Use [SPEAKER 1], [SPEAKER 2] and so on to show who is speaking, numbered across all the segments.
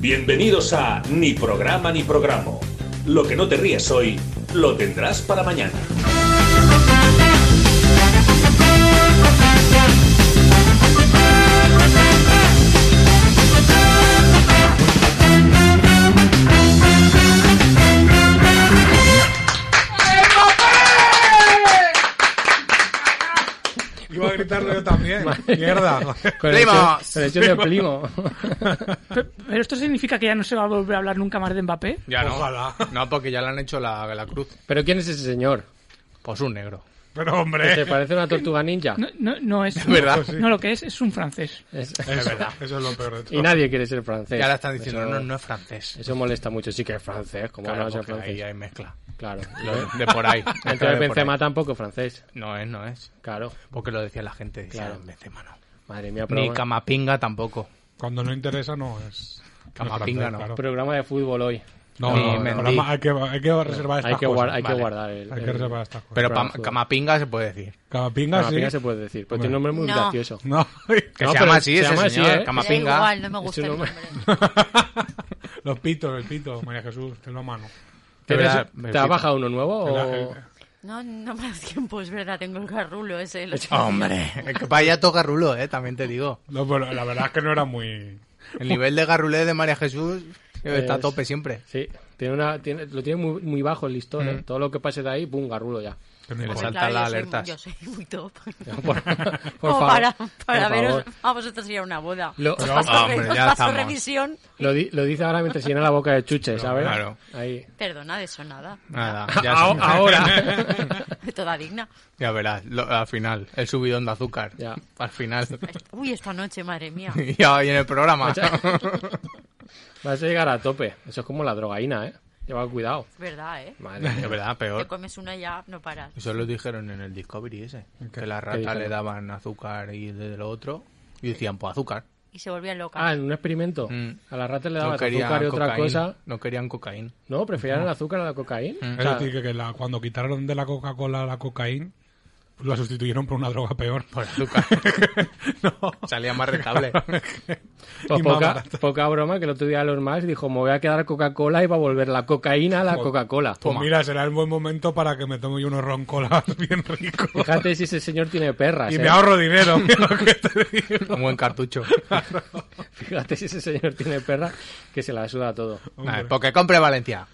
[SPEAKER 1] Bienvenidos a Ni programa ni programa. Lo que no te ríes hoy, lo tendrás para mañana.
[SPEAKER 2] Iba a gritarlo yo también. Mierda.
[SPEAKER 3] Con el hecho-
[SPEAKER 4] Primos.
[SPEAKER 3] con el hecho de primo.
[SPEAKER 5] Pe- ¿Pero esto significa que ya no se va a volver a hablar nunca más de Mbappé?
[SPEAKER 4] Ya no.
[SPEAKER 2] Ojalá.
[SPEAKER 4] No, porque ya le han hecho la, la cruz.
[SPEAKER 3] ¿Pero quién es ese señor?
[SPEAKER 4] Pues un negro.
[SPEAKER 2] Pero hombre.
[SPEAKER 3] ¿Te parece una tortuga ninja?
[SPEAKER 5] No, no, no es.
[SPEAKER 4] verdad.
[SPEAKER 5] No, lo que es, es un francés.
[SPEAKER 3] Es-
[SPEAKER 2] Eso,
[SPEAKER 4] verdad.
[SPEAKER 2] eso es lo peor de todo.
[SPEAKER 3] Y nadie quiere ser francés.
[SPEAKER 4] Y ahora están diciendo,
[SPEAKER 3] Eso-
[SPEAKER 4] no, no es francés.
[SPEAKER 3] Eso molesta mucho. Sí que es francés. ¿Cómo
[SPEAKER 4] Claro,
[SPEAKER 3] no va a ser
[SPEAKER 4] porque ahí
[SPEAKER 3] francés?
[SPEAKER 4] hay mezcla.
[SPEAKER 3] Claro.
[SPEAKER 4] Lo- De por ahí. Mezcla de
[SPEAKER 3] Entonces
[SPEAKER 4] por
[SPEAKER 3] Benzema
[SPEAKER 4] ahí.
[SPEAKER 3] tampoco es francés.
[SPEAKER 4] No es, no es.
[SPEAKER 3] Claro.
[SPEAKER 4] Porque lo decía la gente. Decía,
[SPEAKER 3] Claro.
[SPEAKER 4] Benzema no.
[SPEAKER 3] Madre mía,
[SPEAKER 4] Ni
[SPEAKER 3] programa,
[SPEAKER 4] Camapinga tampoco.
[SPEAKER 2] Cuando no interesa, no es.
[SPEAKER 4] Camapinga no.
[SPEAKER 2] claro.
[SPEAKER 3] programa de fútbol hoy.
[SPEAKER 2] No,
[SPEAKER 4] Ni
[SPEAKER 2] no, no,
[SPEAKER 4] Mendy.
[SPEAKER 2] ahora ma- hay, que, hay que reservar estas
[SPEAKER 3] Hay que,
[SPEAKER 2] cosas.
[SPEAKER 3] guar- hay que
[SPEAKER 4] vale.
[SPEAKER 3] guardar el...
[SPEAKER 2] Hay que
[SPEAKER 3] el-
[SPEAKER 2] reservar estas cosas.
[SPEAKER 4] Pero
[SPEAKER 3] Programa
[SPEAKER 4] Pam-
[SPEAKER 3] de
[SPEAKER 4] Camapinga se puede decir.
[SPEAKER 2] Camapinga
[SPEAKER 3] Camapinga
[SPEAKER 2] sí.
[SPEAKER 3] se puede decir. Pero tiene un nombre muy
[SPEAKER 6] No.
[SPEAKER 3] gracioso.
[SPEAKER 2] No.
[SPEAKER 3] No,
[SPEAKER 4] Que se
[SPEAKER 3] pero
[SPEAKER 4] llama así
[SPEAKER 3] se
[SPEAKER 4] ese
[SPEAKER 3] llama así,
[SPEAKER 4] señor.
[SPEAKER 3] ¿eh?
[SPEAKER 6] Me da
[SPEAKER 4] Camapinga.
[SPEAKER 6] igual, no me
[SPEAKER 3] Este
[SPEAKER 6] gusta el
[SPEAKER 3] nombre.
[SPEAKER 6] nombre.
[SPEAKER 2] Los pitos, el pito, María Jesús, te lo mano.
[SPEAKER 4] De
[SPEAKER 3] ¿Tienes-
[SPEAKER 4] verdad, me
[SPEAKER 3] ¿Te ha
[SPEAKER 4] flipa.
[SPEAKER 3] bajado uno nuevo o...?
[SPEAKER 6] No, no me da tiempo, es verdad, tengo el garrulo ese. lo siento.
[SPEAKER 4] Hombre, es que vaya todo garrulo, eh, también te digo.
[SPEAKER 2] No, pero la verdad es que no era muy.
[SPEAKER 4] El nivel de garrulé de María Jesús eh, está a
[SPEAKER 3] Es-
[SPEAKER 4] tope siempre. Mm.
[SPEAKER 3] Sí. Tiene una, tiene, lo tiene muy, muy bajo el listón. ¿eh? Todo lo que pase de ahí, pum, garrulo ya.
[SPEAKER 2] que no
[SPEAKER 4] Que le
[SPEAKER 2] importa.
[SPEAKER 4] salta
[SPEAKER 6] Claro,
[SPEAKER 4] las
[SPEAKER 6] yo soy-
[SPEAKER 4] alertas.
[SPEAKER 6] Yo soy muy top.
[SPEAKER 3] Por, por
[SPEAKER 6] Como
[SPEAKER 3] favor,
[SPEAKER 6] para, para
[SPEAKER 3] por
[SPEAKER 6] veros,
[SPEAKER 3] favor.
[SPEAKER 6] a vosotros sería una boda.
[SPEAKER 3] Lo-
[SPEAKER 6] Os paso,
[SPEAKER 4] hombre,
[SPEAKER 6] re- os
[SPEAKER 4] ya
[SPEAKER 6] paso
[SPEAKER 4] estamos.
[SPEAKER 6] revisión.
[SPEAKER 3] Lo, di- lo dice ahora mientras llena la boca de chuche, ¿sabes?
[SPEAKER 4] claro.
[SPEAKER 3] Ahí.
[SPEAKER 6] Perdona, de eso nada.
[SPEAKER 4] Nada, ya,
[SPEAKER 3] Aho- Ahora.
[SPEAKER 6] Toda digna.
[SPEAKER 4] ya verás, lo- al final, el subidón de azúcar.
[SPEAKER 3] Ya.
[SPEAKER 4] Al final.
[SPEAKER 6] Uy, esta noche, madre mía.
[SPEAKER 4] ya hoy en el programa.
[SPEAKER 3] Vas a llegar a tope. Eso es como la drogaína, ¿eh? Lleva cuidado.
[SPEAKER 6] Es verdad, ¿eh?
[SPEAKER 3] Madre mía.
[SPEAKER 4] De verdad,
[SPEAKER 6] Te
[SPEAKER 4] peor.
[SPEAKER 6] comes una y ya no paras.
[SPEAKER 4] Eso lo dijeron en el Discovery ese. Que las ratas
[SPEAKER 3] dijeron?
[SPEAKER 4] le daban azúcar y de lo otro. Y decían, pues azúcar.
[SPEAKER 6] Y se volvían locas.
[SPEAKER 3] Ah, en un experimento.
[SPEAKER 4] Mm.
[SPEAKER 3] A las ratas le daban
[SPEAKER 4] No querían
[SPEAKER 3] azúcar y otra
[SPEAKER 4] cocaína.
[SPEAKER 3] cosa.
[SPEAKER 4] No querían cocaína.
[SPEAKER 3] No, preferían el azúcar a la cocaína.
[SPEAKER 4] Mm.
[SPEAKER 3] O
[SPEAKER 2] Es
[SPEAKER 3] sea,
[SPEAKER 2] decir, que, que la- cuando quitaron de la Coca-Cola la cocaína, pues la sustituyeron por una droga peor.
[SPEAKER 4] Por azúcar.
[SPEAKER 2] no.
[SPEAKER 4] Salía más rentable.
[SPEAKER 3] pues
[SPEAKER 2] y más
[SPEAKER 3] poca,
[SPEAKER 2] barata.
[SPEAKER 3] poca broma que el otro día Elon Musk dijo, me voy a quedar Coca-Cola y va a volver la cocaína a la Coca-Cola.
[SPEAKER 2] Pues mira, será el buen momento para que me tome yo unos roncolas bien ricos.
[SPEAKER 3] Fíjate si ese señor tiene perras.
[SPEAKER 2] Y
[SPEAKER 3] ¿eh?
[SPEAKER 2] me ahorro dinero, mira lo que te digo.
[SPEAKER 4] Un buen cartucho.
[SPEAKER 3] Fíjate si ese señor tiene perras que se la suda todo.
[SPEAKER 4] Nah, porque compre Valencia.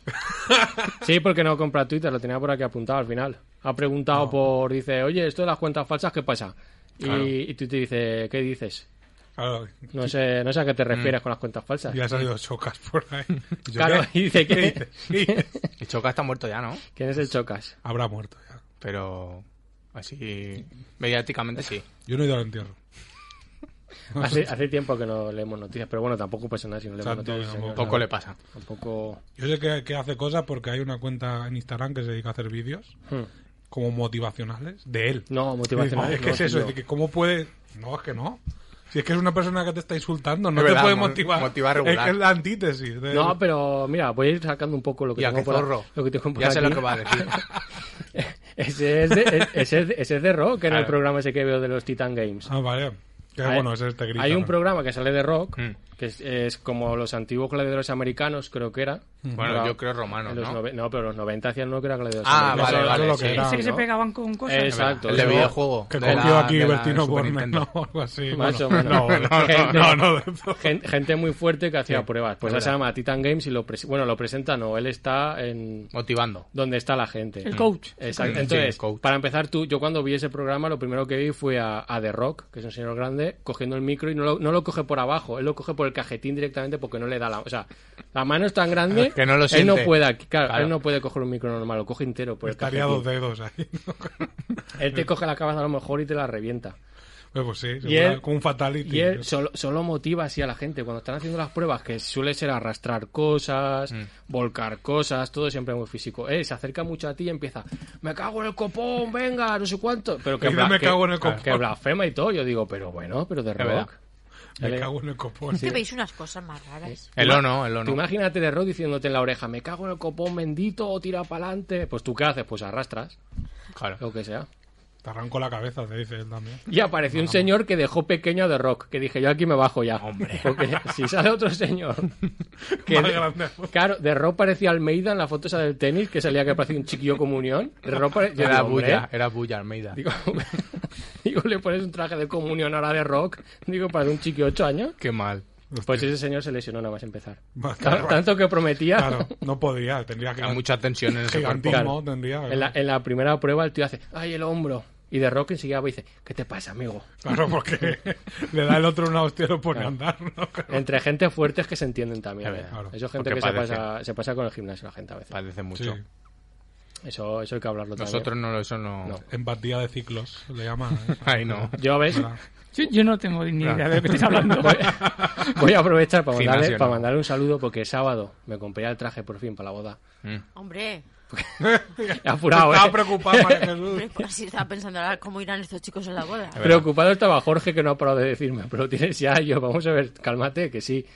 [SPEAKER 3] Sí, porque no compra Twitter, lo tenía por aquí apuntado al final. Ha preguntado por, dice, oye, esto de las cuentas falsas, ¿qué pasa? Y, y tú te dice, ¿qué dices?
[SPEAKER 2] Claro,
[SPEAKER 3] No sé, no sé a qué te
[SPEAKER 4] Mm.
[SPEAKER 3] refieres con las cuentas falsas.
[SPEAKER 2] ya ha salido chocas por ahí. Yo,
[SPEAKER 3] claro,
[SPEAKER 2] ¿qué?
[SPEAKER 3] y dice,
[SPEAKER 2] ¿Qué
[SPEAKER 3] ¿qué,
[SPEAKER 2] dices?
[SPEAKER 4] El Choca está muerto ya, ¿no?
[SPEAKER 3] ¿quién es el Chocas?
[SPEAKER 2] Habrá muerto ya.
[SPEAKER 4] Pero así mediáticamente sí.
[SPEAKER 2] Yo no he ido al entierro.
[SPEAKER 3] Hace, hace tiempo que no leemos noticias, pero bueno, tampoco pasa nada si no leemos
[SPEAKER 2] Exacto,
[SPEAKER 3] noticias. señor.
[SPEAKER 2] tampoco.
[SPEAKER 4] Poco le pasa.
[SPEAKER 3] Tampoco...
[SPEAKER 2] Yo sé que, que hace cosas porque hay una cuenta en Instagram que se dedica a hacer vídeos
[SPEAKER 3] Hmm.
[SPEAKER 2] como motivacionales de él.
[SPEAKER 3] No, motivacional.
[SPEAKER 2] Es que es eso, es decir, que cómo puede... No, es que no. Si es que es una persona que te está insultando, no
[SPEAKER 4] Es verdad,
[SPEAKER 2] te puede
[SPEAKER 4] mo-
[SPEAKER 2] motivar.
[SPEAKER 4] motivar
[SPEAKER 2] es
[SPEAKER 4] regular.
[SPEAKER 2] que es la antítesis. de-
[SPEAKER 3] No, pero mira, voy a ir sacando un poco lo que
[SPEAKER 4] Ya,
[SPEAKER 3] tengo
[SPEAKER 4] qué
[SPEAKER 3] por
[SPEAKER 4] zorro.
[SPEAKER 3] Lo que tengo por
[SPEAKER 4] Ya sé lo
[SPEAKER 3] aquí.
[SPEAKER 4] que va a decir.
[SPEAKER 3] Ese es de, e-, ese es de- ese es de Rock, en el
[SPEAKER 4] Claro.
[SPEAKER 3] programa ese que veo de los Titan Games.
[SPEAKER 2] Ah, vale. Que
[SPEAKER 3] Hay-
[SPEAKER 2] bueno, es este grito.
[SPEAKER 3] Hay un
[SPEAKER 2] ¿no?
[SPEAKER 3] programa que sale de rock,
[SPEAKER 4] Mm.
[SPEAKER 3] que es, es como los antiguos gladiadores americanos, creo que era.
[SPEAKER 2] Mm.
[SPEAKER 4] Bueno, yo creo romano,
[SPEAKER 3] En los
[SPEAKER 4] ¿no?
[SPEAKER 3] nove- pero los 90 hacían uno que era gladiadores
[SPEAKER 4] Ah,
[SPEAKER 3] americanos.
[SPEAKER 4] vale,
[SPEAKER 2] Eso- eso
[SPEAKER 4] vale.
[SPEAKER 2] es lo
[SPEAKER 4] sí.
[SPEAKER 2] que era.
[SPEAKER 5] Ese que se
[SPEAKER 3] ¿no?
[SPEAKER 5] pegaban con cosas.
[SPEAKER 3] Exacto.
[SPEAKER 4] El de
[SPEAKER 3] Eso-
[SPEAKER 4] videojuego.
[SPEAKER 2] Que
[SPEAKER 4] de
[SPEAKER 2] cogió
[SPEAKER 4] la-
[SPEAKER 2] aquí
[SPEAKER 4] de la
[SPEAKER 2] Bertino
[SPEAKER 4] Super
[SPEAKER 2] Borne,
[SPEAKER 4] Nintendo.
[SPEAKER 2] ¿no? O algo así.
[SPEAKER 3] Más
[SPEAKER 2] Bueno,
[SPEAKER 3] o menos.
[SPEAKER 2] No, no,
[SPEAKER 3] Gente-
[SPEAKER 2] no, no, de eso.
[SPEAKER 3] gen- gente muy fuerte que hacía
[SPEAKER 4] Sí,
[SPEAKER 3] pruebas. Pues
[SPEAKER 4] es
[SPEAKER 3] ahora se llama Titan Games y lo pres- bueno, lo presenta no, él está en
[SPEAKER 4] Motivando.
[SPEAKER 3] donde está la gente.
[SPEAKER 5] El coach.
[SPEAKER 3] Mm. Exacto.
[SPEAKER 4] Sí,
[SPEAKER 3] Entonces,
[SPEAKER 4] coach.
[SPEAKER 3] para empezar tú, yo cuando vi ese programa, lo primero que vi fue a, a The Rock, que es un señor grande, cogiendo el micro y no lo, no lo coge por abajo, él lo coge por el cajetín directamente porque no le da la... O sea, la mano es tan grande
[SPEAKER 4] Que no lo
[SPEAKER 3] él no
[SPEAKER 4] siente.
[SPEAKER 3] puede, aquí- claro,
[SPEAKER 4] Claro.
[SPEAKER 3] él no puede coger un micro normal, lo coge entero por el
[SPEAKER 2] Estaría
[SPEAKER 3] cajetín.
[SPEAKER 2] dos dedos ahí. ¿no?
[SPEAKER 3] Él te coge la cabeza a lo mejor y te la revienta.
[SPEAKER 2] Pues, pues sí,
[SPEAKER 3] Y
[SPEAKER 2] segura-
[SPEAKER 3] él-
[SPEAKER 2] con un fatality.
[SPEAKER 3] Y él solo, solo motiva así a la gente. Cuando están haciendo las pruebas, que suele ser arrastrar cosas, volcar cosas, todo siempre muy físico. Eh, se acerca mucho a ti y empieza, me cago en el copón, venga, no sé cuánto. Pero que,
[SPEAKER 2] Y de,
[SPEAKER 3] bla-
[SPEAKER 2] "Me
[SPEAKER 3] que-
[SPEAKER 2] cago en el
[SPEAKER 3] que
[SPEAKER 2] copón".
[SPEAKER 3] blasfema y todo. Yo digo, pero bueno, pero de
[SPEAKER 4] verdad.
[SPEAKER 3] rock.
[SPEAKER 2] Me
[SPEAKER 3] Él-
[SPEAKER 2] cago en el
[SPEAKER 3] Pues
[SPEAKER 2] copón.
[SPEAKER 6] Es que veis unas cosas más raras.
[SPEAKER 4] El ono, el
[SPEAKER 3] Tú
[SPEAKER 4] ono.
[SPEAKER 3] imagínate de rock diciéndote en la oreja, me cago en el copón bendito, tira para adelante. Pues tú qué haces, pues arrastras,
[SPEAKER 4] Claro.
[SPEAKER 3] lo que sea.
[SPEAKER 2] Te arranco la cabeza, te dice él también.
[SPEAKER 3] Y apareció un señor que dejó pequeño de rock, que dije, yo aquí me bajo ya. Hombre. Porque si sale otro señor. Que
[SPEAKER 2] Más grande.
[SPEAKER 3] Claro, de rock parecía Almeida en la foto esa del tenis, que salía que parecía un chiquillo comunión. De rock parecía.
[SPEAKER 4] Era
[SPEAKER 3] hombre,
[SPEAKER 4] bulla, era bulla, Almeida.
[SPEAKER 3] Digo, digo, le pones un traje de comunión ahora de rock. Digo, para un chiquillo de 8 años.
[SPEAKER 4] Qué mal.
[SPEAKER 3] Pues ese señor se lesionó nada más empezar.
[SPEAKER 2] Va,
[SPEAKER 3] Claro,
[SPEAKER 2] claro.
[SPEAKER 3] tanto que prometía.
[SPEAKER 2] Claro, no podría, tendría que
[SPEAKER 4] Hay mucha tensión en ese cuerpo.
[SPEAKER 2] gigantismo, tendría.
[SPEAKER 3] En la, en la primera prueba el tío hace, ay, el hombro. Y de rock enseguida va y dice, ¿qué te pasa, amigo?
[SPEAKER 2] Claro, porque le da el otro una hostia y lo pone a andar. ¿no?
[SPEAKER 3] Entre gente fuerte es que se entienden también.
[SPEAKER 4] A ver,
[SPEAKER 3] ¿eh?
[SPEAKER 2] claro.
[SPEAKER 3] Eso es gente
[SPEAKER 4] Porque
[SPEAKER 3] que se
[SPEAKER 4] padecen.
[SPEAKER 3] pasa, se pasa con el gimnasio la gente a veces.
[SPEAKER 4] Padece mucho.
[SPEAKER 2] Sí,
[SPEAKER 3] Eso, eso hay que hablarlo
[SPEAKER 4] Nosotros no, eso no.
[SPEAKER 3] No.
[SPEAKER 2] empatía de ciclos, le llaman. ¿eh?
[SPEAKER 4] Ay, no.
[SPEAKER 3] también. Yo, ¿ves?
[SPEAKER 2] Claro.
[SPEAKER 5] Yo, yo no tengo ni idea de lo que estáis hablando.
[SPEAKER 3] Voy, voy a aprovechar para
[SPEAKER 4] Gimnasio,
[SPEAKER 3] mandarle,
[SPEAKER 4] ¿no?
[SPEAKER 3] para mandarle un saludo porque sábado me compré el traje por fin para la boda.
[SPEAKER 6] Hombre,
[SPEAKER 3] He apurado,
[SPEAKER 2] Estaba
[SPEAKER 3] ¿eh?
[SPEAKER 2] preocupado, María Jesús.
[SPEAKER 6] hombre, por así estaba pensando ahora cómo irán estos chicos a la boda.
[SPEAKER 4] ver.
[SPEAKER 3] Preocupado estaba Jorge que no ha parado de decirme, pero tienes ya y yo, vamos a ver, cálmate, que sí.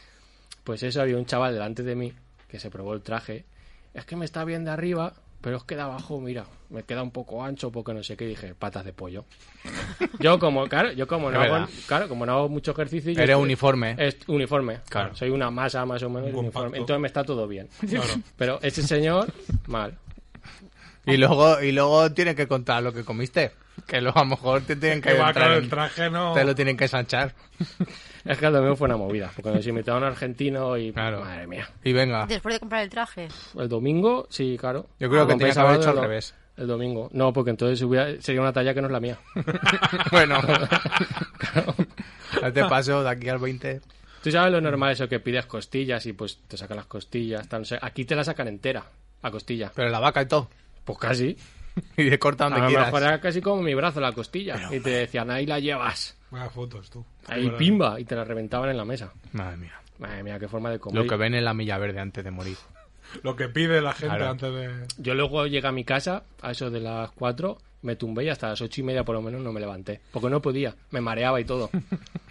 [SPEAKER 3] Pues eso, había un chaval delante de mí que se probó el traje. Es que me está bien de arriba, pero es que de abajo, mira, me queda un poco ancho porque no sé qué. Y dije, patas de pollo. Yo como, claro, yo como no,
[SPEAKER 4] Es
[SPEAKER 3] hago,
[SPEAKER 4] verdad.
[SPEAKER 3] claro, como no hago mucho ejercicio... yo
[SPEAKER 4] Eres
[SPEAKER 3] estoy-
[SPEAKER 4] uniforme.
[SPEAKER 3] Es uniforme.
[SPEAKER 4] Claro.
[SPEAKER 3] Soy una masa más o menos
[SPEAKER 2] Un
[SPEAKER 3] uniforme.
[SPEAKER 2] compacto.
[SPEAKER 3] Entonces me está todo bien.
[SPEAKER 2] Claro.
[SPEAKER 3] Pero ese señor, mal.
[SPEAKER 2] Mm.
[SPEAKER 4] Y luego, y luego tienes que contar lo que comiste. Que luego a lo mejor te tienen que
[SPEAKER 2] Que va,
[SPEAKER 4] entrar
[SPEAKER 2] claro,
[SPEAKER 4] en-
[SPEAKER 2] el traje no.
[SPEAKER 4] Te lo tienen que ensanchar.
[SPEAKER 3] Es que también fue una movida, porque nos invitaron a un argentino y...
[SPEAKER 4] Claro.
[SPEAKER 3] Madre mía.
[SPEAKER 4] Y venga.
[SPEAKER 6] Después de comprar el traje.
[SPEAKER 3] El domingo, sí, claro.
[SPEAKER 4] Yo creo
[SPEAKER 3] Ah,
[SPEAKER 4] que
[SPEAKER 3] compré
[SPEAKER 4] tenía que
[SPEAKER 3] sábado
[SPEAKER 4] haber hecho
[SPEAKER 3] el
[SPEAKER 4] al
[SPEAKER 3] do-
[SPEAKER 4] revés.
[SPEAKER 3] El domingo. No, porque entonces hubiera- sería una talla que no es la mía.
[SPEAKER 4] bueno. Ya te paso de aquí al 20.
[SPEAKER 3] Tú sabes lo normal eso que pides costillas y pues te sacan las costillas. tal, no sé. Aquí te la sacan entera, a costilla.
[SPEAKER 4] Pero la vaca y todo.
[SPEAKER 3] Pues casi.
[SPEAKER 4] Y de corta
[SPEAKER 3] A
[SPEAKER 4] donde
[SPEAKER 3] lo
[SPEAKER 4] quieras.
[SPEAKER 3] mejor era casi como mi brazo la costilla. y te decían, ahí la llevas.
[SPEAKER 2] Vaya fotos, tú.
[SPEAKER 3] Ahí pimba. Y te la reventaban en la mesa.
[SPEAKER 4] Madre mía.
[SPEAKER 3] Madre mía, qué forma de comer.
[SPEAKER 4] Lo que ven en la milla verde antes de morir.
[SPEAKER 2] Lo que pide la gente
[SPEAKER 4] Claro.
[SPEAKER 2] antes de.
[SPEAKER 3] Yo luego llegué a mi casa, a eso de las 4, me tumbé y hasta las ocho y media por lo menos no me levanté. Porque no podía. Me mareaba y todo.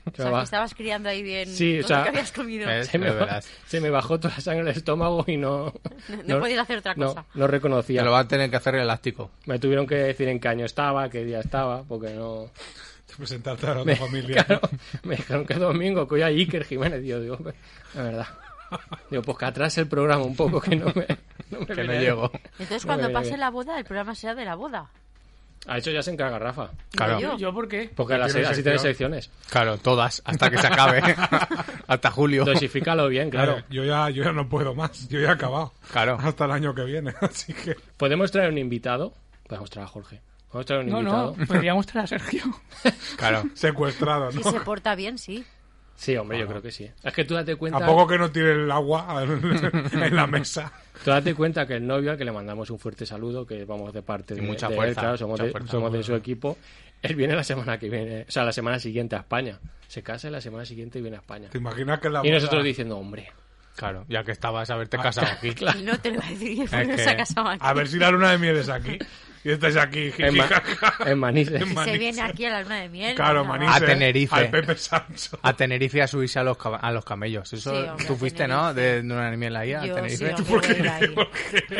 [SPEAKER 6] O sea, que estabas criando ahí bien
[SPEAKER 3] Sí,
[SPEAKER 6] todo
[SPEAKER 3] o
[SPEAKER 6] Mm,
[SPEAKER 3] sea, eh,
[SPEAKER 6] lo que habías comido.
[SPEAKER 4] es-
[SPEAKER 3] se me,
[SPEAKER 4] Lo
[SPEAKER 3] ba-
[SPEAKER 4] verás.
[SPEAKER 3] se me bajó toda la sangre del estómago y no...
[SPEAKER 6] No podías hacer otra
[SPEAKER 3] no,
[SPEAKER 6] cosa.
[SPEAKER 3] no reconocía.
[SPEAKER 4] Te lo van a tener que hacer elástico.
[SPEAKER 3] Me tuvieron que decir en qué año estaba, qué día estaba, porque no...
[SPEAKER 2] de presentarte a la familia.
[SPEAKER 3] Claro, me dijeron que domingo, que hoy hay Iker Jiménez. Yo digo, la verdad. Digo, pues que atrás el programa un poco, que no me... No me
[SPEAKER 4] Que no
[SPEAKER 3] viene
[SPEAKER 4] llego.
[SPEAKER 6] Entonces,
[SPEAKER 3] No,
[SPEAKER 6] cuando
[SPEAKER 3] bien,
[SPEAKER 6] pase
[SPEAKER 3] bien.
[SPEAKER 6] la boda, el programa será de la boda.
[SPEAKER 3] A eso ya se encarga Rafa.
[SPEAKER 4] Claro.
[SPEAKER 6] Yo-
[SPEAKER 5] ¿Yo por qué?
[SPEAKER 3] Porque a las
[SPEAKER 2] Tiene
[SPEAKER 3] seis- así
[SPEAKER 2] sección.
[SPEAKER 3] tiene secciones.
[SPEAKER 4] Claro, todas. Hasta que se acabe. hasta julio.
[SPEAKER 3] Dosifícalo bien, claro.
[SPEAKER 2] Claro, Eh, yo ya, yo ya no puedo más, yo ya he acabado.
[SPEAKER 4] Claro.
[SPEAKER 2] Hasta el año que viene, así que.
[SPEAKER 3] ¿Podemos traer un invitado? Podemos traer a Jorge. Podemos traer un
[SPEAKER 5] No, no,
[SPEAKER 3] invitado.
[SPEAKER 5] podríamos traer a Sergio.
[SPEAKER 4] Claro.
[SPEAKER 2] Secuestrado,
[SPEAKER 6] Si
[SPEAKER 2] ¿no?
[SPEAKER 6] se porta bien, sí.
[SPEAKER 3] Sí, hombre,
[SPEAKER 4] Ah,
[SPEAKER 3] yo creo que sí. Es que tú date cuenta,
[SPEAKER 2] ¿A poco que no tire el agua en la mesa?
[SPEAKER 3] tú date cuenta que el novio al que le mandamos un fuerte saludo, que vamos de parte
[SPEAKER 4] Y
[SPEAKER 3] de,
[SPEAKER 4] mucha
[SPEAKER 3] de él,
[SPEAKER 4] fuerza,
[SPEAKER 3] claro, somos,
[SPEAKER 4] mucha
[SPEAKER 3] de,
[SPEAKER 4] fuerza.
[SPEAKER 3] somos de su equipo. Él viene la semana que viene, o sea, la semana siguiente a España. Se casa y la semana siguiente viene a España.
[SPEAKER 2] ¿Te imaginas que la
[SPEAKER 3] Y
[SPEAKER 2] boda- Ah,
[SPEAKER 3] nosotros diciendo, hombre,
[SPEAKER 4] Claro. Ya que estabas a haberte casado aquí.
[SPEAKER 3] Claro.
[SPEAKER 6] No te lo va a decir que por
[SPEAKER 4] que-
[SPEAKER 6] esa casa
[SPEAKER 2] Eh, A ver si la luna de miel es aquí. Y estáis aquí,
[SPEAKER 3] en, Ma-
[SPEAKER 2] jijijaja.
[SPEAKER 3] en Manises.
[SPEAKER 2] En
[SPEAKER 6] Se
[SPEAKER 2] Manises.
[SPEAKER 6] viene aquí a la luna de miel.
[SPEAKER 2] Claro,
[SPEAKER 6] no,
[SPEAKER 2] Manises.
[SPEAKER 4] A Tenerife.
[SPEAKER 2] Al Pepe Sancho.
[SPEAKER 4] A Tenerife a subirse a los, cab- a los camellos. Eso
[SPEAKER 6] Sí, hombre,
[SPEAKER 4] tú
[SPEAKER 6] a
[SPEAKER 4] fuiste, ¿no? De, de una niña en la IA, a
[SPEAKER 6] Yo sí,
[SPEAKER 4] Tenerife.
[SPEAKER 6] hombre, voy a ir ahí.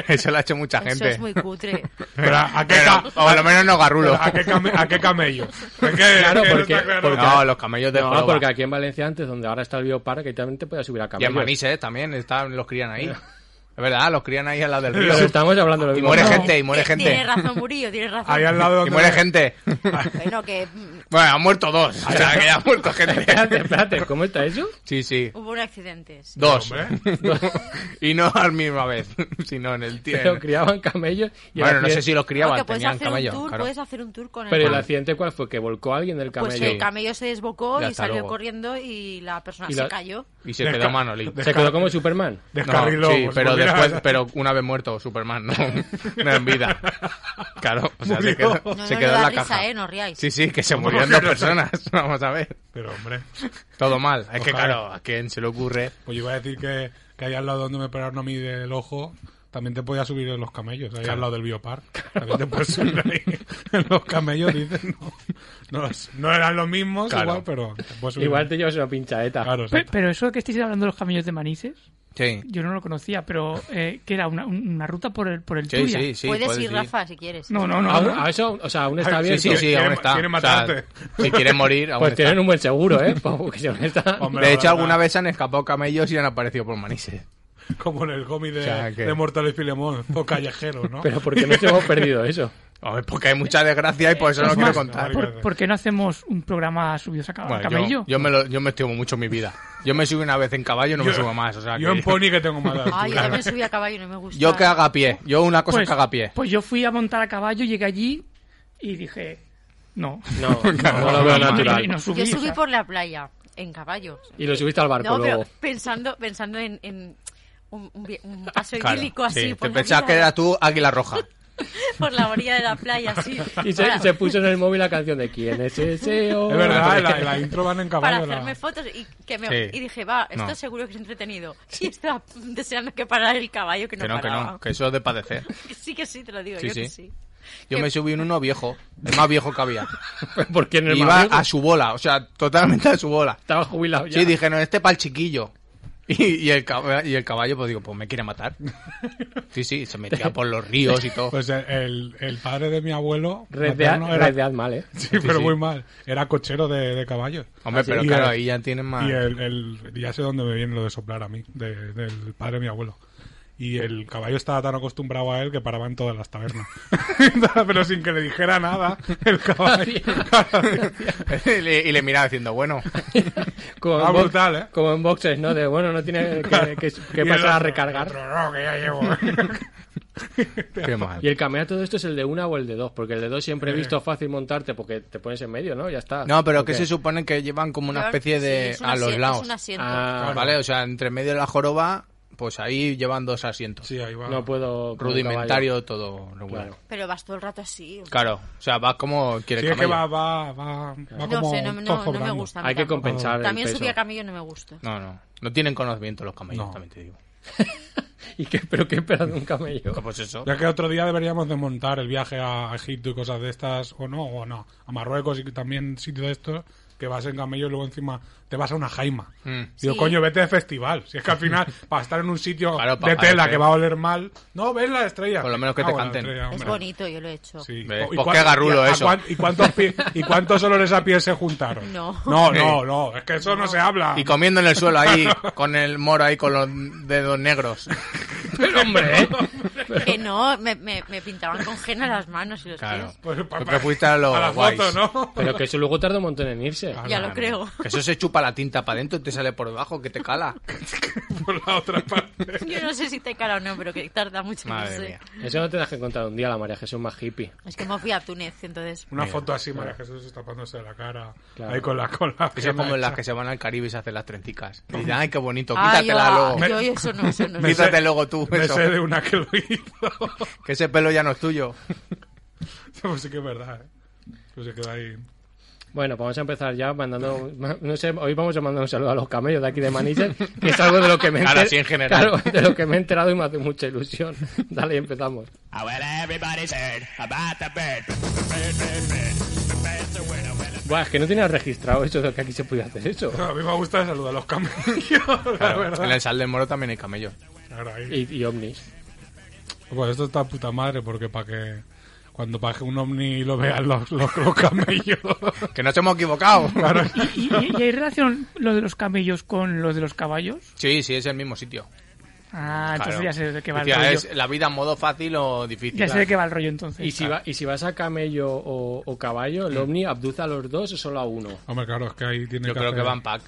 [SPEAKER 4] Eso lo ha hecho mucha
[SPEAKER 6] Eso
[SPEAKER 4] gente.
[SPEAKER 6] es muy cutre.
[SPEAKER 2] Pero ¿a qué,
[SPEAKER 4] Pero,
[SPEAKER 2] ca-
[SPEAKER 4] o a lo menos no garrulo.
[SPEAKER 2] ¿a qué, came- a qué camello? Es que-
[SPEAKER 3] Claro,
[SPEAKER 2] es que no
[SPEAKER 3] porque-
[SPEAKER 2] está claro.
[SPEAKER 3] porque-
[SPEAKER 4] No, los camellos de
[SPEAKER 3] No,
[SPEAKER 4] joroba.
[SPEAKER 3] porque aquí en Valencia antes, donde ahora está el biopar, que también te podías subir a
[SPEAKER 4] Y
[SPEAKER 3] camellos.
[SPEAKER 4] en Manises eh, también está- los crían ahí. Es verdad, los crían ahí al lado del río.
[SPEAKER 3] Pero estamos hablando de lo
[SPEAKER 4] Y
[SPEAKER 3] mismo.
[SPEAKER 4] muere
[SPEAKER 3] No.
[SPEAKER 4] gente, y muere
[SPEAKER 6] Eh, Tienes
[SPEAKER 4] gente.
[SPEAKER 6] razón, Murillo, tienes razón.
[SPEAKER 2] Ahí al lado
[SPEAKER 4] Y
[SPEAKER 2] donde-
[SPEAKER 4] muere gente.
[SPEAKER 6] Bueno, que mm,
[SPEAKER 4] Bueno, han muerto dos. O sea, que ya han muerto
[SPEAKER 3] Espérate,
[SPEAKER 4] gente.
[SPEAKER 3] espérate, ¿cómo está eso?
[SPEAKER 4] Sí, sí.
[SPEAKER 6] hubo un accidente. sí.
[SPEAKER 4] Dos.
[SPEAKER 2] Hombre.
[SPEAKER 4] y no al misma vez, sino en el
[SPEAKER 3] Pero
[SPEAKER 4] tiempo.
[SPEAKER 3] criaban camellos. Y el
[SPEAKER 4] Bueno, no
[SPEAKER 3] accidente-
[SPEAKER 4] sé si los criaban,
[SPEAKER 6] Porque puedes
[SPEAKER 4] tenían
[SPEAKER 6] hacer, un
[SPEAKER 4] camellos.
[SPEAKER 6] tour,
[SPEAKER 4] claro.
[SPEAKER 6] puedes hacer un tour con el
[SPEAKER 3] Pero el
[SPEAKER 6] camello.
[SPEAKER 3] accidente, ¿cuál fue? ¿Que volcó a alguien del
[SPEAKER 6] Pues
[SPEAKER 3] camello?
[SPEAKER 6] el camello se desbocó
[SPEAKER 4] Y
[SPEAKER 6] y,
[SPEAKER 4] hasta
[SPEAKER 6] salió
[SPEAKER 4] luego.
[SPEAKER 6] corriendo y la persona
[SPEAKER 3] Y la-
[SPEAKER 6] se cayó.
[SPEAKER 4] Y se quedó Manolín.
[SPEAKER 2] de-
[SPEAKER 3] Se quedó como Superman.
[SPEAKER 2] Descarriló.
[SPEAKER 4] sí,
[SPEAKER 2] pues,
[SPEAKER 4] pero
[SPEAKER 2] mira,
[SPEAKER 4] después, pero una vez muerto Superman, no, no en vida. Claro, o sea, se
[SPEAKER 2] Murió.
[SPEAKER 4] quedó,
[SPEAKER 6] No,
[SPEAKER 4] se
[SPEAKER 6] no,
[SPEAKER 4] quedó
[SPEAKER 6] no da
[SPEAKER 4] en la
[SPEAKER 6] risa,
[SPEAKER 4] caja.
[SPEAKER 6] eh, no ríais.
[SPEAKER 4] Sí, sí, que se murieron dos personas, vamos a ver.
[SPEAKER 2] Pero hombre,
[SPEAKER 4] Todo mal. Es que
[SPEAKER 2] Ojalá.
[SPEAKER 4] claro, a quien se le ocurre.
[SPEAKER 2] pues yo iba a decir que, que ahí al lado donde me operaron a mí del ojo, también te podías subir en los camellos, ahí al lado del biopar. También te puedes subir ahí en los camellos, dicen. No, no, los- no eran los mismos
[SPEAKER 4] Claro.
[SPEAKER 2] igual, pero te puedes subir.
[SPEAKER 3] Igual te llevas una pinchaeta.
[SPEAKER 2] Claro,
[SPEAKER 5] Pe-
[SPEAKER 2] exacto.
[SPEAKER 5] Pero eso que estáis hablando de los camellos de Manises,
[SPEAKER 4] Sí,
[SPEAKER 5] Yo no lo conocía, pero eh, que era una, una ruta por el, por el
[SPEAKER 4] sí,
[SPEAKER 5] Turia.
[SPEAKER 4] sí. sí,
[SPEAKER 6] puedes, ir, Rafa, si quieres.
[SPEAKER 5] No, no, no.
[SPEAKER 3] Aún-
[SPEAKER 5] no.
[SPEAKER 3] Ah, a eso, o sea, aún
[SPEAKER 2] A
[SPEAKER 3] está
[SPEAKER 2] ver,
[SPEAKER 3] bien.
[SPEAKER 4] Sí, sí, sí,
[SPEAKER 2] Quiere-
[SPEAKER 4] aún está.
[SPEAKER 2] quiere
[SPEAKER 4] O sea,
[SPEAKER 2] matarte.
[SPEAKER 4] si quieres morir, aún
[SPEAKER 3] Pues
[SPEAKER 4] está.
[SPEAKER 3] tienen un buen seguro, ¿eh? Porque si aún está...
[SPEAKER 2] Hombre,
[SPEAKER 4] De
[SPEAKER 2] la
[SPEAKER 4] hecho,
[SPEAKER 2] verdad,
[SPEAKER 4] alguna vez se han escapado camellos y han aparecido por manises.
[SPEAKER 2] Como en el cómic de,
[SPEAKER 4] O sea, que-
[SPEAKER 2] de Mortal y Filemón, o callejero, ¿no?
[SPEAKER 3] Pero ¿por qué nos hemos perdido eso?
[SPEAKER 4] Hombre, porque hay mucha desgracia y por Pues eso no
[SPEAKER 5] Es
[SPEAKER 4] lo quiero
[SPEAKER 5] más,
[SPEAKER 4] contar.
[SPEAKER 5] ¿por, por qué no hacemos un programa subidos a cab-
[SPEAKER 4] Bueno, yo-
[SPEAKER 5] camello?
[SPEAKER 4] yo, me lo, yo me estimo mucho en mi vida. Yo me subo una vez en caballo, no me
[SPEAKER 2] Yo-
[SPEAKER 4] subo más. O sea,
[SPEAKER 2] Yo
[SPEAKER 4] que-
[SPEAKER 2] en Pony que tengo mala
[SPEAKER 6] Ay, yo
[SPEAKER 2] altura.
[SPEAKER 6] también subí a caballo y no me gusta.
[SPEAKER 4] yo que haga pie. Yo una cosa
[SPEAKER 5] pues,
[SPEAKER 4] es que haga pie.
[SPEAKER 5] pues yo fui a montar a caballo, llegué allí y dije, no.
[SPEAKER 3] No, no lo veo
[SPEAKER 4] no,
[SPEAKER 5] Y,
[SPEAKER 3] natural.
[SPEAKER 5] y no subí.
[SPEAKER 6] Yo
[SPEAKER 5] o
[SPEAKER 6] subí
[SPEAKER 5] sea,
[SPEAKER 6] por la playa, en caballo.
[SPEAKER 3] Y lo subiste al barco
[SPEAKER 6] No, pero
[SPEAKER 3] luego.
[SPEAKER 6] pensando, pensando en, en un, un vi- un paseo
[SPEAKER 4] Claro,
[SPEAKER 6] idílico así.
[SPEAKER 4] sí.
[SPEAKER 6] por
[SPEAKER 4] Te
[SPEAKER 6] la
[SPEAKER 4] pensabas que
[SPEAKER 6] orilla-
[SPEAKER 4] era tú águila roja.
[SPEAKER 6] Por la orilla de la playa, así.
[SPEAKER 3] Y se,
[SPEAKER 6] Para-
[SPEAKER 3] y se puso en el móvil la canción de ¿Quién es ese
[SPEAKER 2] Es
[SPEAKER 3] hombre?
[SPEAKER 2] verdad, la, la intro van en
[SPEAKER 6] para
[SPEAKER 2] caballo. la-
[SPEAKER 6] hacerme fotos y que me
[SPEAKER 4] Sí.
[SPEAKER 6] y dije va esto
[SPEAKER 4] No.
[SPEAKER 6] seguro que es entretenido y estaba deseando que parara el caballo que no,
[SPEAKER 4] que no, que
[SPEAKER 6] paraba
[SPEAKER 4] no. Que eso es de padecer.
[SPEAKER 6] sí que sí te lo digo
[SPEAKER 4] Sí,
[SPEAKER 6] yo que
[SPEAKER 4] sí.
[SPEAKER 6] sí
[SPEAKER 4] Yo
[SPEAKER 6] Que-
[SPEAKER 4] me subí en uno viejo. El más viejo que había.
[SPEAKER 3] ¿Por qué en el
[SPEAKER 4] Iba
[SPEAKER 3] barco?
[SPEAKER 4] a su bola. O sea, totalmente a su bola.
[SPEAKER 3] Estaba jubilado ya.
[SPEAKER 4] Sí, dije, no, este pa'l chiquillo. Y, y el caballo, y el caballo, pues digo, pues me quiere matar. Sí, sí, se metía por los ríos y todo.
[SPEAKER 2] Pues el- el, el padre de mi abuelo
[SPEAKER 3] Red de,
[SPEAKER 2] materno era-
[SPEAKER 3] red de Admal, ¿eh? Ah,
[SPEAKER 2] Sí, pero muy mal. Era cochero de, de caballos.
[SPEAKER 4] Hombre,
[SPEAKER 2] Así,
[SPEAKER 4] pero
[SPEAKER 2] y
[SPEAKER 4] claro,
[SPEAKER 2] el-
[SPEAKER 4] ahí ya tienen más...
[SPEAKER 2] Y el, el- ya sé dónde me viene lo de soplar a mí, de- del padre de mi abuelo. Y el caballo estaba tan acostumbrado a él que paraba en todas las tabernas. pero sin que le dijera nada, el caballo.
[SPEAKER 4] y, le, y le miraba diciendo, bueno,
[SPEAKER 3] eh. Como
[SPEAKER 2] Ah,
[SPEAKER 3] en, box-
[SPEAKER 2] brutal, ¿eh?
[SPEAKER 3] como en boxes, Pues ¿no? De bueno, no tiene que, que- que
[SPEAKER 2] Y el
[SPEAKER 3] pasar a
[SPEAKER 2] otro,
[SPEAKER 3] recargar.
[SPEAKER 2] otro, no, que ya llevo.
[SPEAKER 4] qué mal.
[SPEAKER 3] Y el cameo a todo esto es el de una o el de dos, porque el de dos siempre he visto fácil montarte porque te pones en medio, ¿no? Ya está.
[SPEAKER 4] No, pero
[SPEAKER 3] ¿O
[SPEAKER 4] que
[SPEAKER 3] qué?
[SPEAKER 4] se supone que llevan como una especie
[SPEAKER 6] Sí,
[SPEAKER 4] de...
[SPEAKER 6] es un
[SPEAKER 4] a los
[SPEAKER 6] asiento, es
[SPEAKER 4] lados.
[SPEAKER 6] un asiento
[SPEAKER 3] Ah,
[SPEAKER 4] ¿Vale? O sea, entre medio de la joroba, pues ahí llevan dos asientos.
[SPEAKER 2] Sí, ahí va.
[SPEAKER 3] no puedo. con el
[SPEAKER 4] Rudimentario, todo regular.
[SPEAKER 3] caballo. Claro.
[SPEAKER 6] pero vas todo el rato así
[SPEAKER 4] Claro, o sea, vas como quiere
[SPEAKER 2] Sí,
[SPEAKER 4] el
[SPEAKER 2] es que
[SPEAKER 4] camello.
[SPEAKER 2] va, va, va, va
[SPEAKER 6] no
[SPEAKER 2] como
[SPEAKER 6] sé no, no-
[SPEAKER 2] cojo
[SPEAKER 6] no me
[SPEAKER 2] blando.
[SPEAKER 6] gusta a mí
[SPEAKER 3] Hay que
[SPEAKER 6] tampoco.
[SPEAKER 3] compensar. el
[SPEAKER 6] también
[SPEAKER 3] peso.
[SPEAKER 6] subí a camello y no me gusta
[SPEAKER 4] No, no. No tienen conocimiento los camellos,
[SPEAKER 2] No.
[SPEAKER 4] también te digo.
[SPEAKER 3] ¿Y qué, ¿Pero qué esperas de un camello?
[SPEAKER 4] Pues eso.
[SPEAKER 2] Ya que otro día deberíamos de montar el viaje a Egipto y cosas de estas, o no, o no, a Marruecos y también sitio de estos, que vas en camello y luego encima te vas a una jaima.
[SPEAKER 4] Mm.
[SPEAKER 2] Digo,
[SPEAKER 6] Sí.
[SPEAKER 2] coño, vete de festival. Si es que al final, para estar en un sitio
[SPEAKER 4] Claro, pa-
[SPEAKER 2] de tela
[SPEAKER 4] parece.
[SPEAKER 2] que va a oler mal, no, ves la estrella. Ah,
[SPEAKER 4] Por lo menos que te
[SPEAKER 2] bueno, la
[SPEAKER 4] canten.
[SPEAKER 2] estrella,
[SPEAKER 6] es
[SPEAKER 2] hombre.
[SPEAKER 6] bonito yo lo he hecho
[SPEAKER 2] Sí.
[SPEAKER 4] Ve,
[SPEAKER 2] ¿Y
[SPEAKER 4] pues
[SPEAKER 2] cuán-
[SPEAKER 4] qué garrulo
[SPEAKER 2] y a-
[SPEAKER 4] eso.
[SPEAKER 2] cuán- ¿Y cuántos, pi- ¿Y cuántos olores a piel se juntaron?
[SPEAKER 6] No.
[SPEAKER 2] No, no, no, Es que eso no, se habla.
[SPEAKER 4] Y comiendo en el suelo ahí, con el moro ahí, con los dedos negros.
[SPEAKER 6] Pues,
[SPEAKER 3] Pero hombre, ¿eh?
[SPEAKER 6] que no me, me, me pintaban con henna las manos y los
[SPEAKER 4] Claro.
[SPEAKER 6] pies
[SPEAKER 2] Pues, pa-
[SPEAKER 4] Porque
[SPEAKER 2] pa-
[SPEAKER 4] fuiste a los
[SPEAKER 2] a la
[SPEAKER 4] guays.
[SPEAKER 2] foto, ¿no?
[SPEAKER 3] Pero que eso luego tarda un montón en irse.
[SPEAKER 6] ya lo creo
[SPEAKER 4] Que eso se chupa la tinta para adentro y te sale por debajo, que te cala.
[SPEAKER 2] Por la otra parte.
[SPEAKER 6] yo no sé si te cara o no pero que tarda mucho no
[SPEAKER 4] Madre
[SPEAKER 6] sé.
[SPEAKER 4] mía.
[SPEAKER 3] Eso no tendrás que contar un día, la María Jesús más hippie.
[SPEAKER 6] es que me fui a Túnez entonces
[SPEAKER 2] Una foto así, María Jesús tapándose la cara.
[SPEAKER 3] Claro.
[SPEAKER 2] Ahí con la con la
[SPEAKER 4] Eso es como
[SPEAKER 2] pena
[SPEAKER 4] en las
[SPEAKER 2] hecha.
[SPEAKER 4] que se van al Caribe y se hacen las trencicas. Y dicen, ay, qué bonito,
[SPEAKER 6] Ah, yo,
[SPEAKER 4] quítatela luego.
[SPEAKER 6] yo eso no eso no
[SPEAKER 4] Me-
[SPEAKER 6] eso
[SPEAKER 4] Quítate luego tú,
[SPEAKER 2] Me
[SPEAKER 4] eso.
[SPEAKER 2] sé de una que lo hizo.
[SPEAKER 4] Que ese pelo ya no es tuyo.
[SPEAKER 2] pues sí que es verdad, ¿eh? Pues se queda ahí.
[SPEAKER 3] Bueno, pues vamos a empezar ya mandando. No sé, hoy vamos a mandar un saludo a los camellos de aquí de Manises, que es algo de lo que me he
[SPEAKER 4] Claro,
[SPEAKER 3] enter-
[SPEAKER 4] sí, en general.
[SPEAKER 3] claro, de lo que me he enterado y me hace mucha ilusión. Dale, empezamos. Buah, es que no tenía registrado eso de que aquí se podía hacer eso.
[SPEAKER 2] No, a mí me gusta saludar a los camellos, la
[SPEAKER 4] Claro,
[SPEAKER 2] verdad.
[SPEAKER 4] en el sal del moro también hay camello.
[SPEAKER 2] Claro, ahí.
[SPEAKER 3] Y, y ovnis.
[SPEAKER 2] Pues esto está puta madre, porque para que cuando baje un ovni lo vean los, los, los camellos.
[SPEAKER 4] Que nos hemos equivocado.
[SPEAKER 2] Claro.
[SPEAKER 5] ¿Y, y- y hay relación lo de los camellos con los de los caballos?
[SPEAKER 4] Sí, sí, es el mismo sitio.
[SPEAKER 5] Ah, entonces
[SPEAKER 4] Claro.
[SPEAKER 5] ya sé de qué va el
[SPEAKER 4] Decía,
[SPEAKER 5] rollo.
[SPEAKER 4] ¿es la vida en modo fácil o difícil?
[SPEAKER 5] Ya sé de qué va el rollo entonces.
[SPEAKER 3] Y si, va, y si vas a camello o, o caballo,
[SPEAKER 4] Mm.
[SPEAKER 3] el ovni abduce a los dos o solo a uno.
[SPEAKER 2] Hombre, claro, es que ahí tiene
[SPEAKER 4] Yo
[SPEAKER 2] que
[SPEAKER 4] creo que
[SPEAKER 2] hacer-
[SPEAKER 4] van pack.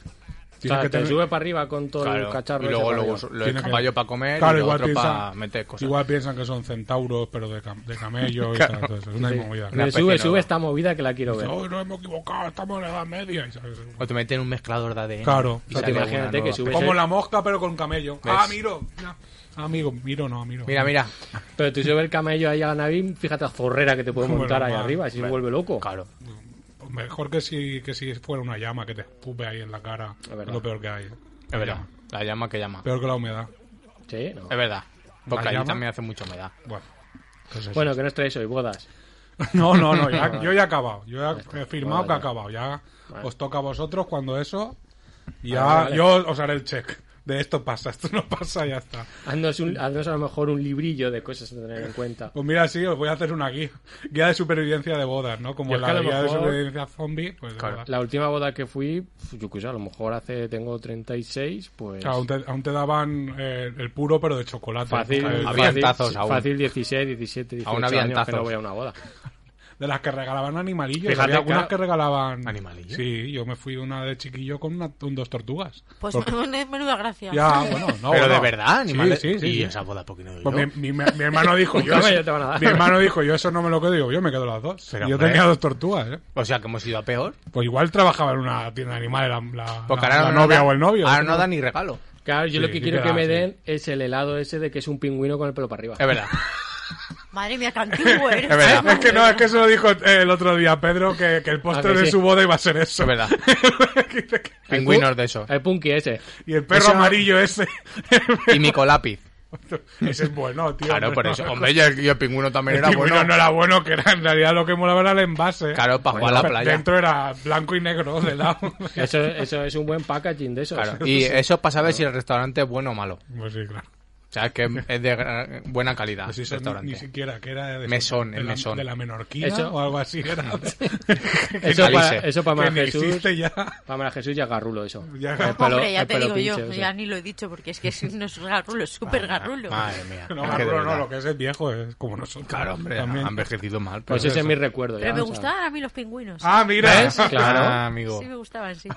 [SPEAKER 3] O
[SPEAKER 2] tiene
[SPEAKER 3] sea,
[SPEAKER 2] que
[SPEAKER 3] te
[SPEAKER 2] tener-
[SPEAKER 3] sube para arriba con todo el
[SPEAKER 4] Claro.
[SPEAKER 3] cacharro.
[SPEAKER 4] Y
[SPEAKER 3] ese
[SPEAKER 4] luego
[SPEAKER 3] para
[SPEAKER 4] luego
[SPEAKER 3] arriba.
[SPEAKER 4] lo
[SPEAKER 2] Tiene que-
[SPEAKER 4] caballo para comer
[SPEAKER 2] Claro,
[SPEAKER 4] y lo
[SPEAKER 2] igual,
[SPEAKER 4] otro para
[SPEAKER 2] piensan,
[SPEAKER 4] meter cosas.
[SPEAKER 2] igual piensan que son centauros, pero de, cam- de camello y tal, todo eso. Es una movida.
[SPEAKER 3] Me
[SPEAKER 4] Una
[SPEAKER 3] sube,
[SPEAKER 4] especie
[SPEAKER 3] sube
[SPEAKER 4] nueva.
[SPEAKER 3] esta movida que la quiero ver.
[SPEAKER 2] No, no hemos equivocado, estamos en la edad media. y sabes,
[SPEAKER 4] O te meten un mezclador de ADN.
[SPEAKER 2] Claro.
[SPEAKER 4] y
[SPEAKER 2] O sea,
[SPEAKER 4] sale
[SPEAKER 3] imagínate
[SPEAKER 4] una
[SPEAKER 3] que
[SPEAKER 4] nueva.
[SPEAKER 3] sube-
[SPEAKER 2] Como
[SPEAKER 3] Ese-
[SPEAKER 2] la mosca, pero con camello.
[SPEAKER 4] ¿Ves?
[SPEAKER 2] Ah, miro. mira. Ah, amigo, miro, no, miro.
[SPEAKER 4] Mira, mira.
[SPEAKER 3] Pero tú subes el camello ahí a la nave, fíjate la zorrera que te puede
[SPEAKER 2] Bueno,
[SPEAKER 3] montar ahí
[SPEAKER 2] va.
[SPEAKER 3] arriba, si se vuelve loco.
[SPEAKER 4] Claro.
[SPEAKER 2] Pues Mejor que si, que si fuera una llama que te escupe ahí en la cara.
[SPEAKER 3] verdad.
[SPEAKER 2] Es lo peor que hay.
[SPEAKER 4] Es verdad. La llama que llama.
[SPEAKER 2] Peor que la humedad.
[SPEAKER 3] Sí, no.
[SPEAKER 4] Es verdad. Porque
[SPEAKER 2] ¿La
[SPEAKER 4] allí
[SPEAKER 2] llama?
[SPEAKER 4] también hace mucha humedad.
[SPEAKER 2] Bueno. pues eso.
[SPEAKER 3] Bueno, que no traéis hoy bodas.
[SPEAKER 2] No, no, no. ya- yo ya he acabado. Yo ya he firmado
[SPEAKER 3] Vale,
[SPEAKER 2] que he
[SPEAKER 3] vale.
[SPEAKER 2] acabado. Ya
[SPEAKER 3] Vale.
[SPEAKER 2] os toca a vosotros cuando eso. Ya
[SPEAKER 3] Vale, vale.
[SPEAKER 2] yo os haré el check. de esto pasa, esto no pasa, ya está.
[SPEAKER 3] Haznos, un- haznos a lo mejor un librillo de cosas a tener en cuenta.
[SPEAKER 2] Pues mira, sí, os voy a hacer una guía. Guía de supervivencia de bodas, ¿no? Como
[SPEAKER 3] Yo es que
[SPEAKER 2] la
[SPEAKER 3] a
[SPEAKER 2] guía
[SPEAKER 3] lo
[SPEAKER 2] de
[SPEAKER 3] mejor-
[SPEAKER 2] supervivencia zombie, pues de
[SPEAKER 4] Claro.
[SPEAKER 2] bodas.
[SPEAKER 3] La última boda que fui, yo qué sé, a lo mejor hace, tengo 36, pues...
[SPEAKER 2] Claro, aún, te, aún te daban eh, el puro, pero de chocolate.
[SPEAKER 3] Fácil,
[SPEAKER 2] Claro, el-
[SPEAKER 4] Había
[SPEAKER 3] fácil,
[SPEAKER 4] tazos aún.
[SPEAKER 3] fácil 16, 17, 18
[SPEAKER 4] Aún había
[SPEAKER 3] años que
[SPEAKER 4] tazos.
[SPEAKER 3] no voy a una boda.
[SPEAKER 2] De las que regalaban animalillos.
[SPEAKER 3] Fíjate,
[SPEAKER 2] Había algunas
[SPEAKER 3] claro.
[SPEAKER 2] que regalaban...
[SPEAKER 4] ¿Animalillos?
[SPEAKER 2] Sí, yo me fui una de chiquillo con una- un dos tortugas.
[SPEAKER 6] Pues
[SPEAKER 2] Porque-
[SPEAKER 6] men- menuda gracia.
[SPEAKER 2] Ya, bueno, no.
[SPEAKER 4] Pero de
[SPEAKER 2] bueno.
[SPEAKER 4] verdad, animales.
[SPEAKER 2] Sí, sí, sí,
[SPEAKER 4] y
[SPEAKER 2] sí.
[SPEAKER 4] esa boda, ¿por qué no
[SPEAKER 2] Pues
[SPEAKER 4] yo? Pues
[SPEAKER 2] mi, mi- mi hermano dijo, yo,
[SPEAKER 3] Un
[SPEAKER 2] eso-
[SPEAKER 3] caballo te van a dar.
[SPEAKER 2] mi hermano dijo, yo eso no me lo quedo, digo, yo me quedo las dos.
[SPEAKER 4] Pero,
[SPEAKER 2] yo
[SPEAKER 4] hombre.
[SPEAKER 2] tenía dos tortugas, ¿eh?
[SPEAKER 4] O sea, que hemos ido a peor. Pues-
[SPEAKER 2] Pues igual trabajaba en una tienda de animales la, la-
[SPEAKER 4] Porque
[SPEAKER 2] la-
[SPEAKER 4] ahora
[SPEAKER 2] la
[SPEAKER 4] no
[SPEAKER 2] novia
[SPEAKER 4] da-
[SPEAKER 2] o el novio.
[SPEAKER 4] Ahora
[SPEAKER 2] ¿no?
[SPEAKER 4] no da ni regalo.
[SPEAKER 3] Claro, yo
[SPEAKER 2] Sí,
[SPEAKER 3] lo que
[SPEAKER 2] sí
[SPEAKER 3] quiero
[SPEAKER 2] que
[SPEAKER 3] que
[SPEAKER 2] da,
[SPEAKER 3] me
[SPEAKER 2] sí.
[SPEAKER 3] den es el helado ese de que es un pingüino con el pelo para arriba.
[SPEAKER 4] Es verdad.
[SPEAKER 6] Madre mía, qué antiguo eres.
[SPEAKER 4] Es verdad.
[SPEAKER 2] Es que no, es que eso lo dijo eh, el otro día Pedro, que, que el postre
[SPEAKER 3] Ah, que
[SPEAKER 2] de
[SPEAKER 3] sí.
[SPEAKER 2] su boda iba a ser eso.
[SPEAKER 4] Es verdad.
[SPEAKER 2] Dice que-
[SPEAKER 4] Pingüinos de eso.
[SPEAKER 3] El punky ese.
[SPEAKER 2] y el perro
[SPEAKER 4] Eso-
[SPEAKER 2] amarillo ese.
[SPEAKER 4] Y Micolápiz.
[SPEAKER 2] ese es bueno, tío.
[SPEAKER 4] Claro,
[SPEAKER 2] hombre,
[SPEAKER 4] por
[SPEAKER 2] no.
[SPEAKER 4] eso. Hombre, y el, y el pingüino
[SPEAKER 2] El
[SPEAKER 4] también era
[SPEAKER 2] pingüino
[SPEAKER 4] bueno.
[SPEAKER 2] no era bueno, que era en realidad lo que molaba era el envase.
[SPEAKER 4] Claro, para jugar a la
[SPEAKER 2] Pero
[SPEAKER 4] playa.
[SPEAKER 2] Dentro era blanco y negro de lado.
[SPEAKER 3] Eso, eso es un buen packaging de esos.
[SPEAKER 4] Claro. Y eso es para saber si el restaurante es bueno o malo.
[SPEAKER 2] pues sí, claro.
[SPEAKER 4] O sea, que es de gra- buena calidad.
[SPEAKER 2] Pues eso ni,
[SPEAKER 4] restaurante.
[SPEAKER 2] ni siquiera, que era de,
[SPEAKER 4] Mesón,
[SPEAKER 2] de
[SPEAKER 4] el
[SPEAKER 2] la,
[SPEAKER 4] mesón.
[SPEAKER 2] de la menorquía
[SPEAKER 3] Eso-
[SPEAKER 2] o algo así. Era.
[SPEAKER 3] Eso
[SPEAKER 4] Alice.
[SPEAKER 3] para, eso para
[SPEAKER 2] que
[SPEAKER 3] Manuel
[SPEAKER 2] ni
[SPEAKER 3] Jesús.
[SPEAKER 2] existe ya.
[SPEAKER 3] Para Manuel Jesús ya garrulo eso.
[SPEAKER 2] Ya
[SPEAKER 3] El
[SPEAKER 2] garrulo.
[SPEAKER 3] pelo-
[SPEAKER 6] Ah, Hombre, ya
[SPEAKER 3] el
[SPEAKER 6] te
[SPEAKER 3] pelo
[SPEAKER 6] digo yo,
[SPEAKER 3] pinche
[SPEAKER 5] pues
[SPEAKER 3] ese.
[SPEAKER 6] ya ni lo he dicho porque es que es- no es garrulo, es súper garrulo.
[SPEAKER 4] Madre mía.
[SPEAKER 2] No,
[SPEAKER 4] Es que de
[SPEAKER 2] Arturo no,
[SPEAKER 4] verdad.
[SPEAKER 2] lo que es el viejo es como nosotros.
[SPEAKER 4] Claro, hombre,
[SPEAKER 2] También.
[SPEAKER 4] ha envejecido mal.
[SPEAKER 3] Pues
[SPEAKER 4] pero-
[SPEAKER 3] ese es mi recuerdo.
[SPEAKER 6] Pero
[SPEAKER 3] ya,
[SPEAKER 6] me
[SPEAKER 3] o sea,
[SPEAKER 6] gustaban a mí los pingüinos.
[SPEAKER 2] Ah, mira.
[SPEAKER 3] ¿Ves? Claro.
[SPEAKER 4] Ah, amigo.
[SPEAKER 6] Sí, me gustaban, sí.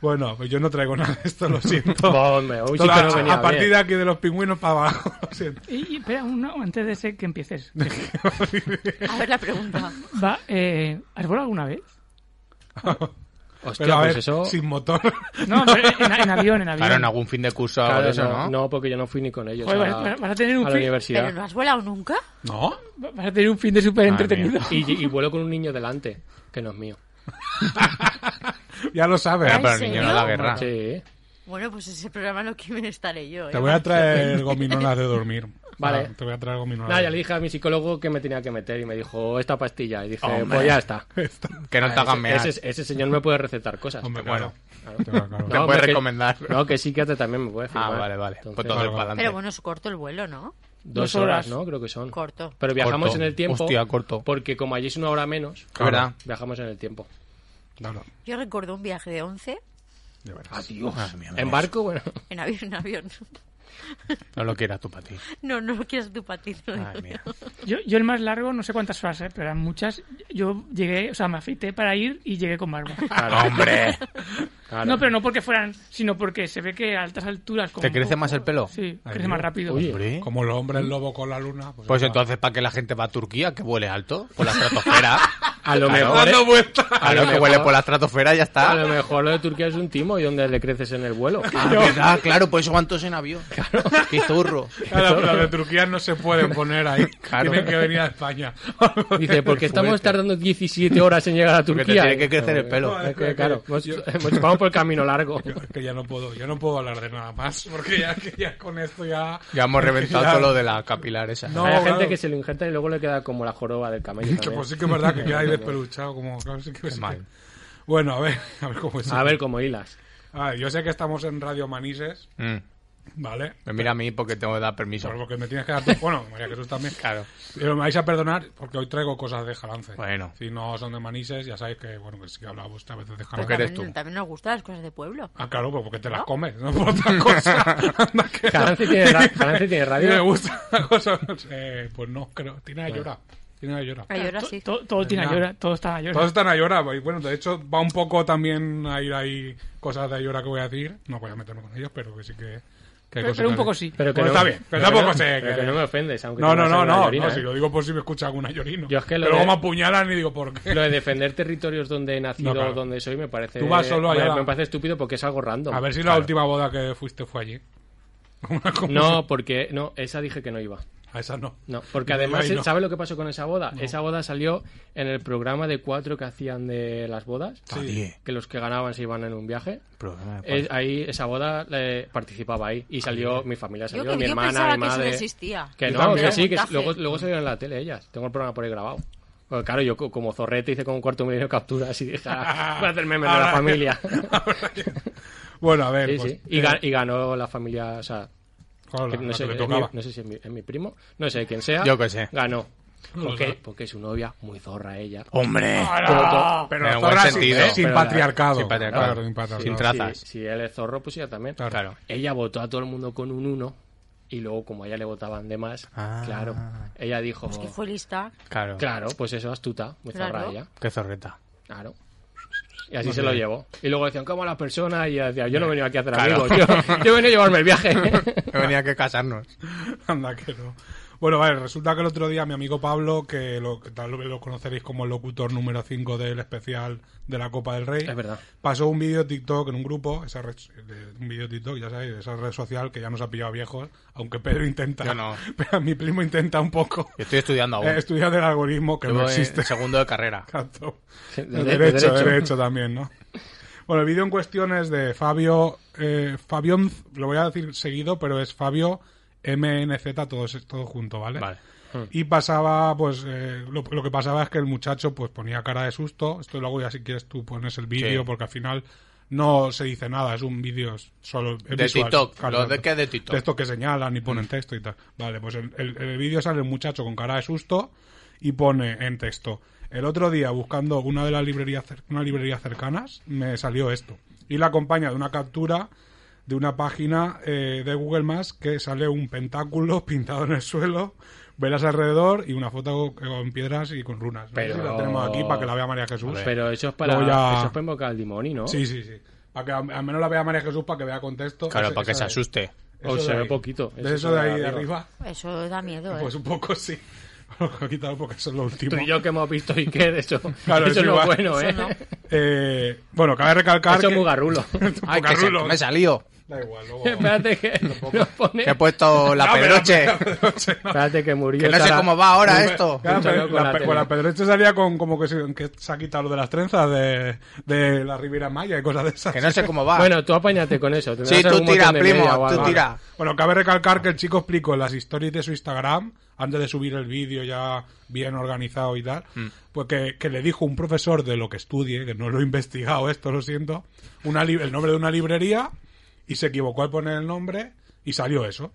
[SPEAKER 2] Bueno, pues yo no traigo nada de esto, lo siento.
[SPEAKER 3] Hombre, hoy sí
[SPEAKER 2] Toda-
[SPEAKER 3] que no venía
[SPEAKER 2] a partir
[SPEAKER 3] bien.
[SPEAKER 2] de aquí de los pingüinos para abajo, lo siento.
[SPEAKER 5] Y, y espera, uno, antes de ese que empieces.
[SPEAKER 6] A ver la pregunta.
[SPEAKER 5] Va, eh, ¿Has volado alguna vez?
[SPEAKER 3] Hostia,
[SPEAKER 2] Pero a
[SPEAKER 3] pues
[SPEAKER 2] ver,
[SPEAKER 3] eso.
[SPEAKER 2] sin motor.
[SPEAKER 5] No, pero en, en avión, en avión.
[SPEAKER 4] Claro, en algún fin de curso o algo
[SPEAKER 3] Claro,
[SPEAKER 4] de eso, ¿no?
[SPEAKER 3] porque yo no fui ni con ellos.
[SPEAKER 5] Joder,
[SPEAKER 3] a la-
[SPEAKER 5] vas- vas a tener un
[SPEAKER 3] a la
[SPEAKER 5] fin-
[SPEAKER 3] universidad.
[SPEAKER 6] ¿Pero no has volado nunca?
[SPEAKER 2] ¿No?
[SPEAKER 5] Va- Vas a tener un fin de súper entretenido.
[SPEAKER 3] Y, y vuelo con un niño delante, que no es mío.
[SPEAKER 2] Ya lo sabes.
[SPEAKER 4] Pero,
[SPEAKER 6] ¿Ah, ¿En
[SPEAKER 4] Ah, pero el niño de la
[SPEAKER 6] serio?
[SPEAKER 4] guerra.
[SPEAKER 3] Sí.
[SPEAKER 6] Bueno, pues ese programa no quieren estaré yo. ¿eh?
[SPEAKER 2] Te voy a traer gominolas de dormir.
[SPEAKER 3] Vale.
[SPEAKER 2] Ah, te voy a traer gominolas.
[SPEAKER 3] Nada,
[SPEAKER 2] de
[SPEAKER 3] ya le
[SPEAKER 2] dormir.
[SPEAKER 3] dije a mi psicólogo que me tenía que meter y me dijo esta pastilla. Y dije, pues ya está. Ah,
[SPEAKER 4] Que no te hagan mear.
[SPEAKER 3] Ese, ese señor me puede recetar cosas.
[SPEAKER 2] Hombre,
[SPEAKER 4] Bueno.
[SPEAKER 2] claro. Claro, claro.
[SPEAKER 4] Te puede
[SPEAKER 3] hombre, que-
[SPEAKER 4] recomendar.
[SPEAKER 3] no, que sí que te también me puede
[SPEAKER 4] Ah,
[SPEAKER 3] firmar.
[SPEAKER 4] vale, vale. Pues
[SPEAKER 3] Entonces,
[SPEAKER 4] todo
[SPEAKER 2] Vale,
[SPEAKER 4] para adelante.
[SPEAKER 6] Pero bueno, es corto el vuelo, ¿no?
[SPEAKER 3] dos
[SPEAKER 5] Dos
[SPEAKER 3] horas,
[SPEAKER 5] horas.
[SPEAKER 3] ¿no? Creo que son.
[SPEAKER 6] Corto.
[SPEAKER 3] Pero viajamos
[SPEAKER 4] Corto.
[SPEAKER 3] en el tiempo.
[SPEAKER 4] Hostia, corto.
[SPEAKER 3] Porque como allí es una hora menos,
[SPEAKER 4] Es verdad.
[SPEAKER 3] viajamos en el tiempo.
[SPEAKER 2] Claro,
[SPEAKER 6] Yo recuerdo un viaje de 11
[SPEAKER 2] ya verás.
[SPEAKER 4] Madre mía,
[SPEAKER 3] Ah, En barco, bueno.
[SPEAKER 6] en avión, en avión.
[SPEAKER 4] No lo quieras tú para ti.
[SPEAKER 6] No, no lo quieres tu patito.
[SPEAKER 4] Madre mía.
[SPEAKER 5] Yo, yo el más largo, no sé cuántas horas, eh, pero eran muchas. Yo llegué, o sea, me afeité para ir y llegué con barba.
[SPEAKER 3] Claro,
[SPEAKER 4] ¡Hombre!
[SPEAKER 3] claro.
[SPEAKER 5] No, pero no porque fueran, sino porque se ve que a altas alturas... Como
[SPEAKER 4] ¿Te crece más el pelo?
[SPEAKER 5] Sí,
[SPEAKER 2] Ay,
[SPEAKER 5] crece
[SPEAKER 2] Dios.
[SPEAKER 5] más rápido.
[SPEAKER 3] Oye.
[SPEAKER 4] Hombre.
[SPEAKER 2] Como los hombres lobo con la luna. Pues,
[SPEAKER 4] Pues
[SPEAKER 2] ya
[SPEAKER 4] entonces, ¿para qué la gente va a Turquía? Que huele alto. Por la estratosfera.
[SPEAKER 3] A lo
[SPEAKER 4] Claro.
[SPEAKER 3] mejor. ¿eh?
[SPEAKER 2] Dando vueltas.
[SPEAKER 3] a
[SPEAKER 4] A
[SPEAKER 3] lo
[SPEAKER 4] lo que
[SPEAKER 3] mejor-
[SPEAKER 4] huele por la estratosfera ya
[SPEAKER 3] A
[SPEAKER 4] está.
[SPEAKER 3] lo mejor lo de Turquía es un timo y donde le creces en el vuelo.
[SPEAKER 4] Ah, verdad, claro, por eso van todos en avión. ¡Qué zurro!
[SPEAKER 2] Claro, pero de Turquía no se pueden poner ahí.
[SPEAKER 4] Claro.
[SPEAKER 2] Tienen que venir a España.
[SPEAKER 3] Dice, porque estamos
[SPEAKER 4] fuerte.
[SPEAKER 3] tardando 17 horas en llegar a
[SPEAKER 4] Porque
[SPEAKER 3] Turquía.
[SPEAKER 4] te tiene que crecer el pelo.
[SPEAKER 3] Es que, claro, hemos, hemos- vamos por el camino largo.
[SPEAKER 2] que ya no puedo, yo no puedo hablar de nada más, porque ya, que ya con esto ya...
[SPEAKER 4] Ya hemos reventado
[SPEAKER 2] Ya.
[SPEAKER 4] todo lo de la capilar esa.
[SPEAKER 2] No,
[SPEAKER 3] hay gente
[SPEAKER 2] claro.
[SPEAKER 3] que se lo injerta y luego le queda como la joroba del camello.
[SPEAKER 2] Que
[SPEAKER 3] también.
[SPEAKER 2] pues sí que es verdad que queda ahí despeluchado, como... Claro, sí que- sí que-
[SPEAKER 4] mal.
[SPEAKER 2] Bueno, a ver, a ver cómo es.
[SPEAKER 3] A ver cómo hilas.
[SPEAKER 2] Ah, yo sé que estamos en Radio Manises,
[SPEAKER 4] Mm.
[SPEAKER 2] ¿vale?
[SPEAKER 4] Me mira a mí porque tengo que dar permiso.
[SPEAKER 2] Solo porque me tienes que dar... tu- Bueno, María Jesús también.
[SPEAKER 4] Claro.
[SPEAKER 2] Pero me vais a perdonar porque hoy traigo cosas de Jalance.
[SPEAKER 4] Bueno.
[SPEAKER 2] Si no son de Manises, ya sabéis que, bueno, que sí que hablaba vuestra veces de
[SPEAKER 6] Pero
[SPEAKER 2] Jalance.
[SPEAKER 4] eres
[SPEAKER 6] también,
[SPEAKER 4] tú.
[SPEAKER 6] también nos gustan las cosas de pueblo.
[SPEAKER 2] Ah, claro, pues porque te las comes, no por otra cosa. Anda, que-
[SPEAKER 3] Jalance tiene, ra- Jalance tiene
[SPEAKER 2] Y me
[SPEAKER 3] radio.
[SPEAKER 2] gusta la cosa. Eh, pues no, creo. Tiene Ayora. Tiene Ayora.
[SPEAKER 6] Ay, ahora
[SPEAKER 5] To-
[SPEAKER 6] sí.
[SPEAKER 5] to- todo tiene
[SPEAKER 2] Venga.
[SPEAKER 5] ayora, todo está ayora.
[SPEAKER 2] Todos están Ayora. y Bueno, de hecho, va un poco también a ir ahí cosas de Ayora que voy a decir. No voy a meterme con ellos, pero que sí que. que hay
[SPEAKER 5] Pero,
[SPEAKER 2] cosas
[SPEAKER 5] pero un
[SPEAKER 2] que-
[SPEAKER 5] poco sí.
[SPEAKER 3] Pero que
[SPEAKER 2] Bueno,
[SPEAKER 3] no-
[SPEAKER 2] está bien, pero
[SPEAKER 3] que
[SPEAKER 2] tampoco
[SPEAKER 3] no-
[SPEAKER 2] sé
[SPEAKER 3] pero
[SPEAKER 2] que-
[SPEAKER 3] que no me ofendes, aunque
[SPEAKER 2] No,
[SPEAKER 3] te
[SPEAKER 2] no,
[SPEAKER 3] vas a
[SPEAKER 2] no,
[SPEAKER 3] ver la
[SPEAKER 2] no,
[SPEAKER 3] llorina,
[SPEAKER 2] no,
[SPEAKER 3] ¿eh?
[SPEAKER 2] Si lo digo por si me escucha algún ayorino.
[SPEAKER 3] Yo es que lo
[SPEAKER 2] pero
[SPEAKER 3] de-
[SPEAKER 2] como apuñalan y digo, ¿por qué?
[SPEAKER 3] Lo de defender territorios donde he nacido
[SPEAKER 2] No, claro.
[SPEAKER 3] o donde soy me parece.
[SPEAKER 2] Tú vas solo allá.
[SPEAKER 3] me, me parece estúpido porque es algo random.
[SPEAKER 2] A ver si la última boda que fuiste fue allí. Una cosa-
[SPEAKER 3] No, porque. No, esa dije que no iba.
[SPEAKER 2] A esa no.
[SPEAKER 3] No, porque
[SPEAKER 2] Yo
[SPEAKER 3] además,
[SPEAKER 2] ahí no.
[SPEAKER 3] ¿sabes lo que pasó con esa boda? Esa boda salió en el programa de cuatro que hacían de las bodas,
[SPEAKER 4] Nadie.
[SPEAKER 3] que los que ganaban se iban en un viaje.
[SPEAKER 4] Programa de
[SPEAKER 3] Es- ahí esa boda eh, participaba ahí y salió mi familia,
[SPEAKER 6] Yo,
[SPEAKER 3] salió
[SPEAKER 6] que,
[SPEAKER 3] mi
[SPEAKER 6] yo
[SPEAKER 3] hermana,
[SPEAKER 6] pensaba
[SPEAKER 3] mi
[SPEAKER 6] que eso no
[SPEAKER 3] madre.
[SPEAKER 6] existía.
[SPEAKER 3] Que
[SPEAKER 2] Ah, Yo
[SPEAKER 3] no,
[SPEAKER 2] también.
[SPEAKER 3] que sí, que
[SPEAKER 6] Montaje.
[SPEAKER 3] luego, luego salieron en la tele ellas. Tengo el programa por ahí grabado. Porque, claro, yo co- como zorrete hice con un cuarto milenio capturas y dije, "Ah, voy a hacer meme de la
[SPEAKER 2] Ahora-
[SPEAKER 3] familia.
[SPEAKER 2] Bueno, a ver.
[SPEAKER 3] Sí,
[SPEAKER 2] pues,
[SPEAKER 3] sí. Y,
[SPEAKER 2] eh,
[SPEAKER 3] ga- y ganó la familia, o sea,
[SPEAKER 2] claro,
[SPEAKER 3] que
[SPEAKER 2] la-
[SPEAKER 3] no,
[SPEAKER 2] la
[SPEAKER 3] sé, eh,
[SPEAKER 2] que le
[SPEAKER 3] es
[SPEAKER 2] tocaba.
[SPEAKER 3] mi- no sé si es mi, es mi primo, no sé quién sea.
[SPEAKER 4] Yo qué sé.
[SPEAKER 3] Ganó.
[SPEAKER 2] No lo
[SPEAKER 3] Porque,
[SPEAKER 2] sé.
[SPEAKER 3] porque su novia, muy zorra ella.
[SPEAKER 4] ¡Hombre!
[SPEAKER 2] Pero zorra
[SPEAKER 4] En
[SPEAKER 2] ¿eh?
[SPEAKER 4] buen
[SPEAKER 2] sin-
[SPEAKER 4] sentido.
[SPEAKER 2] sin,
[SPEAKER 3] Pero la-
[SPEAKER 2] patriarcado.
[SPEAKER 4] sin patriarcado.
[SPEAKER 2] Claro, sin patriarcado.
[SPEAKER 4] Sin
[SPEAKER 3] Sí,
[SPEAKER 4] trazas.
[SPEAKER 3] Si, si él es zorro, pues ella también.
[SPEAKER 2] Claro.
[SPEAKER 4] Claro.
[SPEAKER 3] Ella votó a todo el mundo con un 1 y luego, como a ella le votaban de más,
[SPEAKER 4] Ah.
[SPEAKER 3] claro, ella dijo,
[SPEAKER 6] Es que fue lista.
[SPEAKER 4] Claro.
[SPEAKER 3] claro, pues eso, astuta, muy zorra
[SPEAKER 6] Claro.
[SPEAKER 3] ella,
[SPEAKER 4] Qué zorreta.
[SPEAKER 3] claro. Y así se lo llevó. Y luego decían, ¿cómo a las personas? Y ella decía, yo no he venido aquí a hacer
[SPEAKER 4] Claro.
[SPEAKER 3] amigos, yo, yo he venido a llevarme el viaje.
[SPEAKER 4] Que venía que casarnos.
[SPEAKER 2] Anda que no. Bueno, vale, resulta que el otro día mi amigo Pablo, que, lo, que tal vez lo conoceréis como el locutor número 5 del especial de la Copa del Rey,
[SPEAKER 3] Es verdad.
[SPEAKER 2] pasó un vídeo TikTok en un grupo, esa red- de- un vídeo TikTok, ya sabéis, de esa red social que ya nos ha pillado viejos, aunque Pedro intenta,
[SPEAKER 4] Yo no.
[SPEAKER 2] pero mi primo intenta un poco
[SPEAKER 4] Yo estoy estudiando aún.
[SPEAKER 2] eh, estudiar el algoritmo que
[SPEAKER 4] Yo
[SPEAKER 2] no
[SPEAKER 4] voy en
[SPEAKER 2] existe.
[SPEAKER 4] segundo de carrera.
[SPEAKER 2] Exacto.
[SPEAKER 3] De-
[SPEAKER 2] El
[SPEAKER 3] de- de
[SPEAKER 2] derecho,
[SPEAKER 3] derecho.
[SPEAKER 2] derecho. también, ¿no? Bueno, el vídeo en cuestión es de Fabio, eh, Fabión, lo voy a decir seguido, pero es Fabio MNZ, todo, es- todo junto, ¿vale?
[SPEAKER 4] Vale. Hmm.
[SPEAKER 2] Y pasaba, pues, eh, lo, lo que pasaba es que el muchacho, pues, ponía cara de susto. Esto luego ya si quieres tú pones el vídeo,
[SPEAKER 4] Sí.
[SPEAKER 2] porque al final no se dice nada, es un vídeo es solo es
[SPEAKER 4] De
[SPEAKER 2] visual.
[SPEAKER 4] TikTok, lo de que es de TikTok.
[SPEAKER 2] Texto que señalan y ponen texto y tal. Vale, pues el, el- el vídeo sale el muchacho con cara de susto y pone en texto. El otro día, buscando una de las librerías, cer- una librería cercanas, me salió esto. Y la acompaña de una captura de una página eh, de Google Maps que sale un pentáculo pintado en el suelo, velas alrededor y una foto con piedras y con runas. No sé
[SPEAKER 3] Pero-
[SPEAKER 2] si la tenemos aquí para que la vea María Jesús.
[SPEAKER 3] Pero eso es para,
[SPEAKER 2] Luego ya-
[SPEAKER 3] eso es para invocar al demonio, ¿no?
[SPEAKER 2] Sí, sí, sí. Para que al al menos la vea María Jesús, para que vea contexto.
[SPEAKER 4] Claro,
[SPEAKER 2] Ese-
[SPEAKER 4] para que
[SPEAKER 2] esa
[SPEAKER 4] se
[SPEAKER 2] de-
[SPEAKER 4] asuste.
[SPEAKER 3] O
[SPEAKER 2] eso
[SPEAKER 3] se
[SPEAKER 2] de
[SPEAKER 3] ve
[SPEAKER 2] ahí.
[SPEAKER 3] poquito.
[SPEAKER 2] De eso, de ahí de arriba,
[SPEAKER 6] Eso da miedo, ¿eh?
[SPEAKER 2] pues un poco sí. Lo he quitado porque eso es lo último.
[SPEAKER 3] Tú y yo que hemos visto y que eso,
[SPEAKER 2] Claro,
[SPEAKER 3] eso
[SPEAKER 2] es
[SPEAKER 3] no es
[SPEAKER 2] igual.
[SPEAKER 3] bueno, ¿eh?
[SPEAKER 6] Eso no.
[SPEAKER 2] Eh, bueno, cabe recalcar
[SPEAKER 3] Eso es
[SPEAKER 2] que...
[SPEAKER 3] muy garrulo.
[SPEAKER 4] ¡Ay, que se-
[SPEAKER 2] Carrulo.
[SPEAKER 4] me salió!
[SPEAKER 2] Da igual, luego...
[SPEAKER 3] Espérate que nos pone...
[SPEAKER 4] Que he puesto la
[SPEAKER 2] No, Ah, pero-
[SPEAKER 4] pedroche.
[SPEAKER 3] Espérate que murió.
[SPEAKER 4] Que no sé
[SPEAKER 3] Sara-
[SPEAKER 4] cómo va ahora esto.
[SPEAKER 2] Claro,
[SPEAKER 3] Mucho
[SPEAKER 2] pero
[SPEAKER 3] loco
[SPEAKER 2] la,
[SPEAKER 3] la
[SPEAKER 2] pe-
[SPEAKER 3] tele.
[SPEAKER 2] con la Pedroche salía con como que se, que se ha quitado lo de las trenzas de, de la Riviera Maya y cosas de esas.
[SPEAKER 4] Que no sé cómo va.
[SPEAKER 3] Bueno, tú apáñate con eso. tendrás
[SPEAKER 4] Sí, tú
[SPEAKER 3] algún
[SPEAKER 4] tira,
[SPEAKER 3] montón de
[SPEAKER 4] primo,
[SPEAKER 3] media o
[SPEAKER 4] tú
[SPEAKER 3] algo.
[SPEAKER 4] tira.
[SPEAKER 2] Bueno, cabe recalcar que el chico explicó en las historias de su Instagram, antes de subir el vídeo ya bien organizado y tal,
[SPEAKER 4] Mm.
[SPEAKER 2] pues que, que le dijo un profesor de lo que estudie, que no lo he investigado esto, lo siento, una li- el nombre de una librería y se equivocó al poner el nombre y salió eso.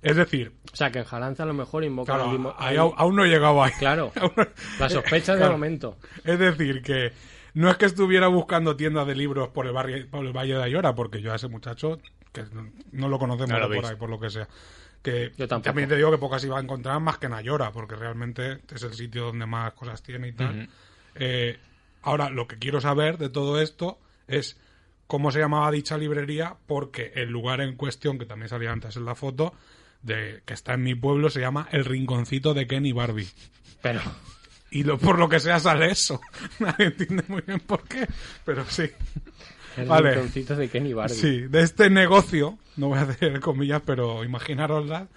[SPEAKER 2] Es decir,
[SPEAKER 3] O sea, que en Jalanza a lo mejor invoca
[SPEAKER 2] claro,
[SPEAKER 3] al limo-
[SPEAKER 2] ahí
[SPEAKER 3] al-
[SPEAKER 2] aún, aún no he llegado ahí.
[SPEAKER 3] Claro,
[SPEAKER 2] Aún no-
[SPEAKER 3] la sospecha de
[SPEAKER 2] Claro.
[SPEAKER 3] momento.
[SPEAKER 2] Es decir, que no es que estuviera buscando tiendas de libros por el, barrio, por el Valle de Ayora, porque yo a ese muchacho, que no- no lo conocemos
[SPEAKER 4] No lo
[SPEAKER 2] por
[SPEAKER 4] veis.
[SPEAKER 2] ahí, por lo que sea. Que
[SPEAKER 3] Yo tampoco.
[SPEAKER 2] también te digo que pocas iba a encontrar más que en Ayora, porque realmente es el sitio donde más cosas tiene y tal. Eh, ahora, lo que quiero saber de todo esto es cómo se llamaba dicha librería, porque el lugar en cuestión, que también salía antes en la foto, de que está en mi pueblo, se llama El Rinconcito de Kenny Barbie.
[SPEAKER 3] Pero,
[SPEAKER 2] Y lo, por lo que sea sale eso. Nadie entiende muy bien por qué, pero sí.
[SPEAKER 3] el
[SPEAKER 2] Vale.
[SPEAKER 3] rinconcito de Kenny Barbie.
[SPEAKER 2] Sí, de este negocio, no voy a hacer comillas, pero imaginaroslas,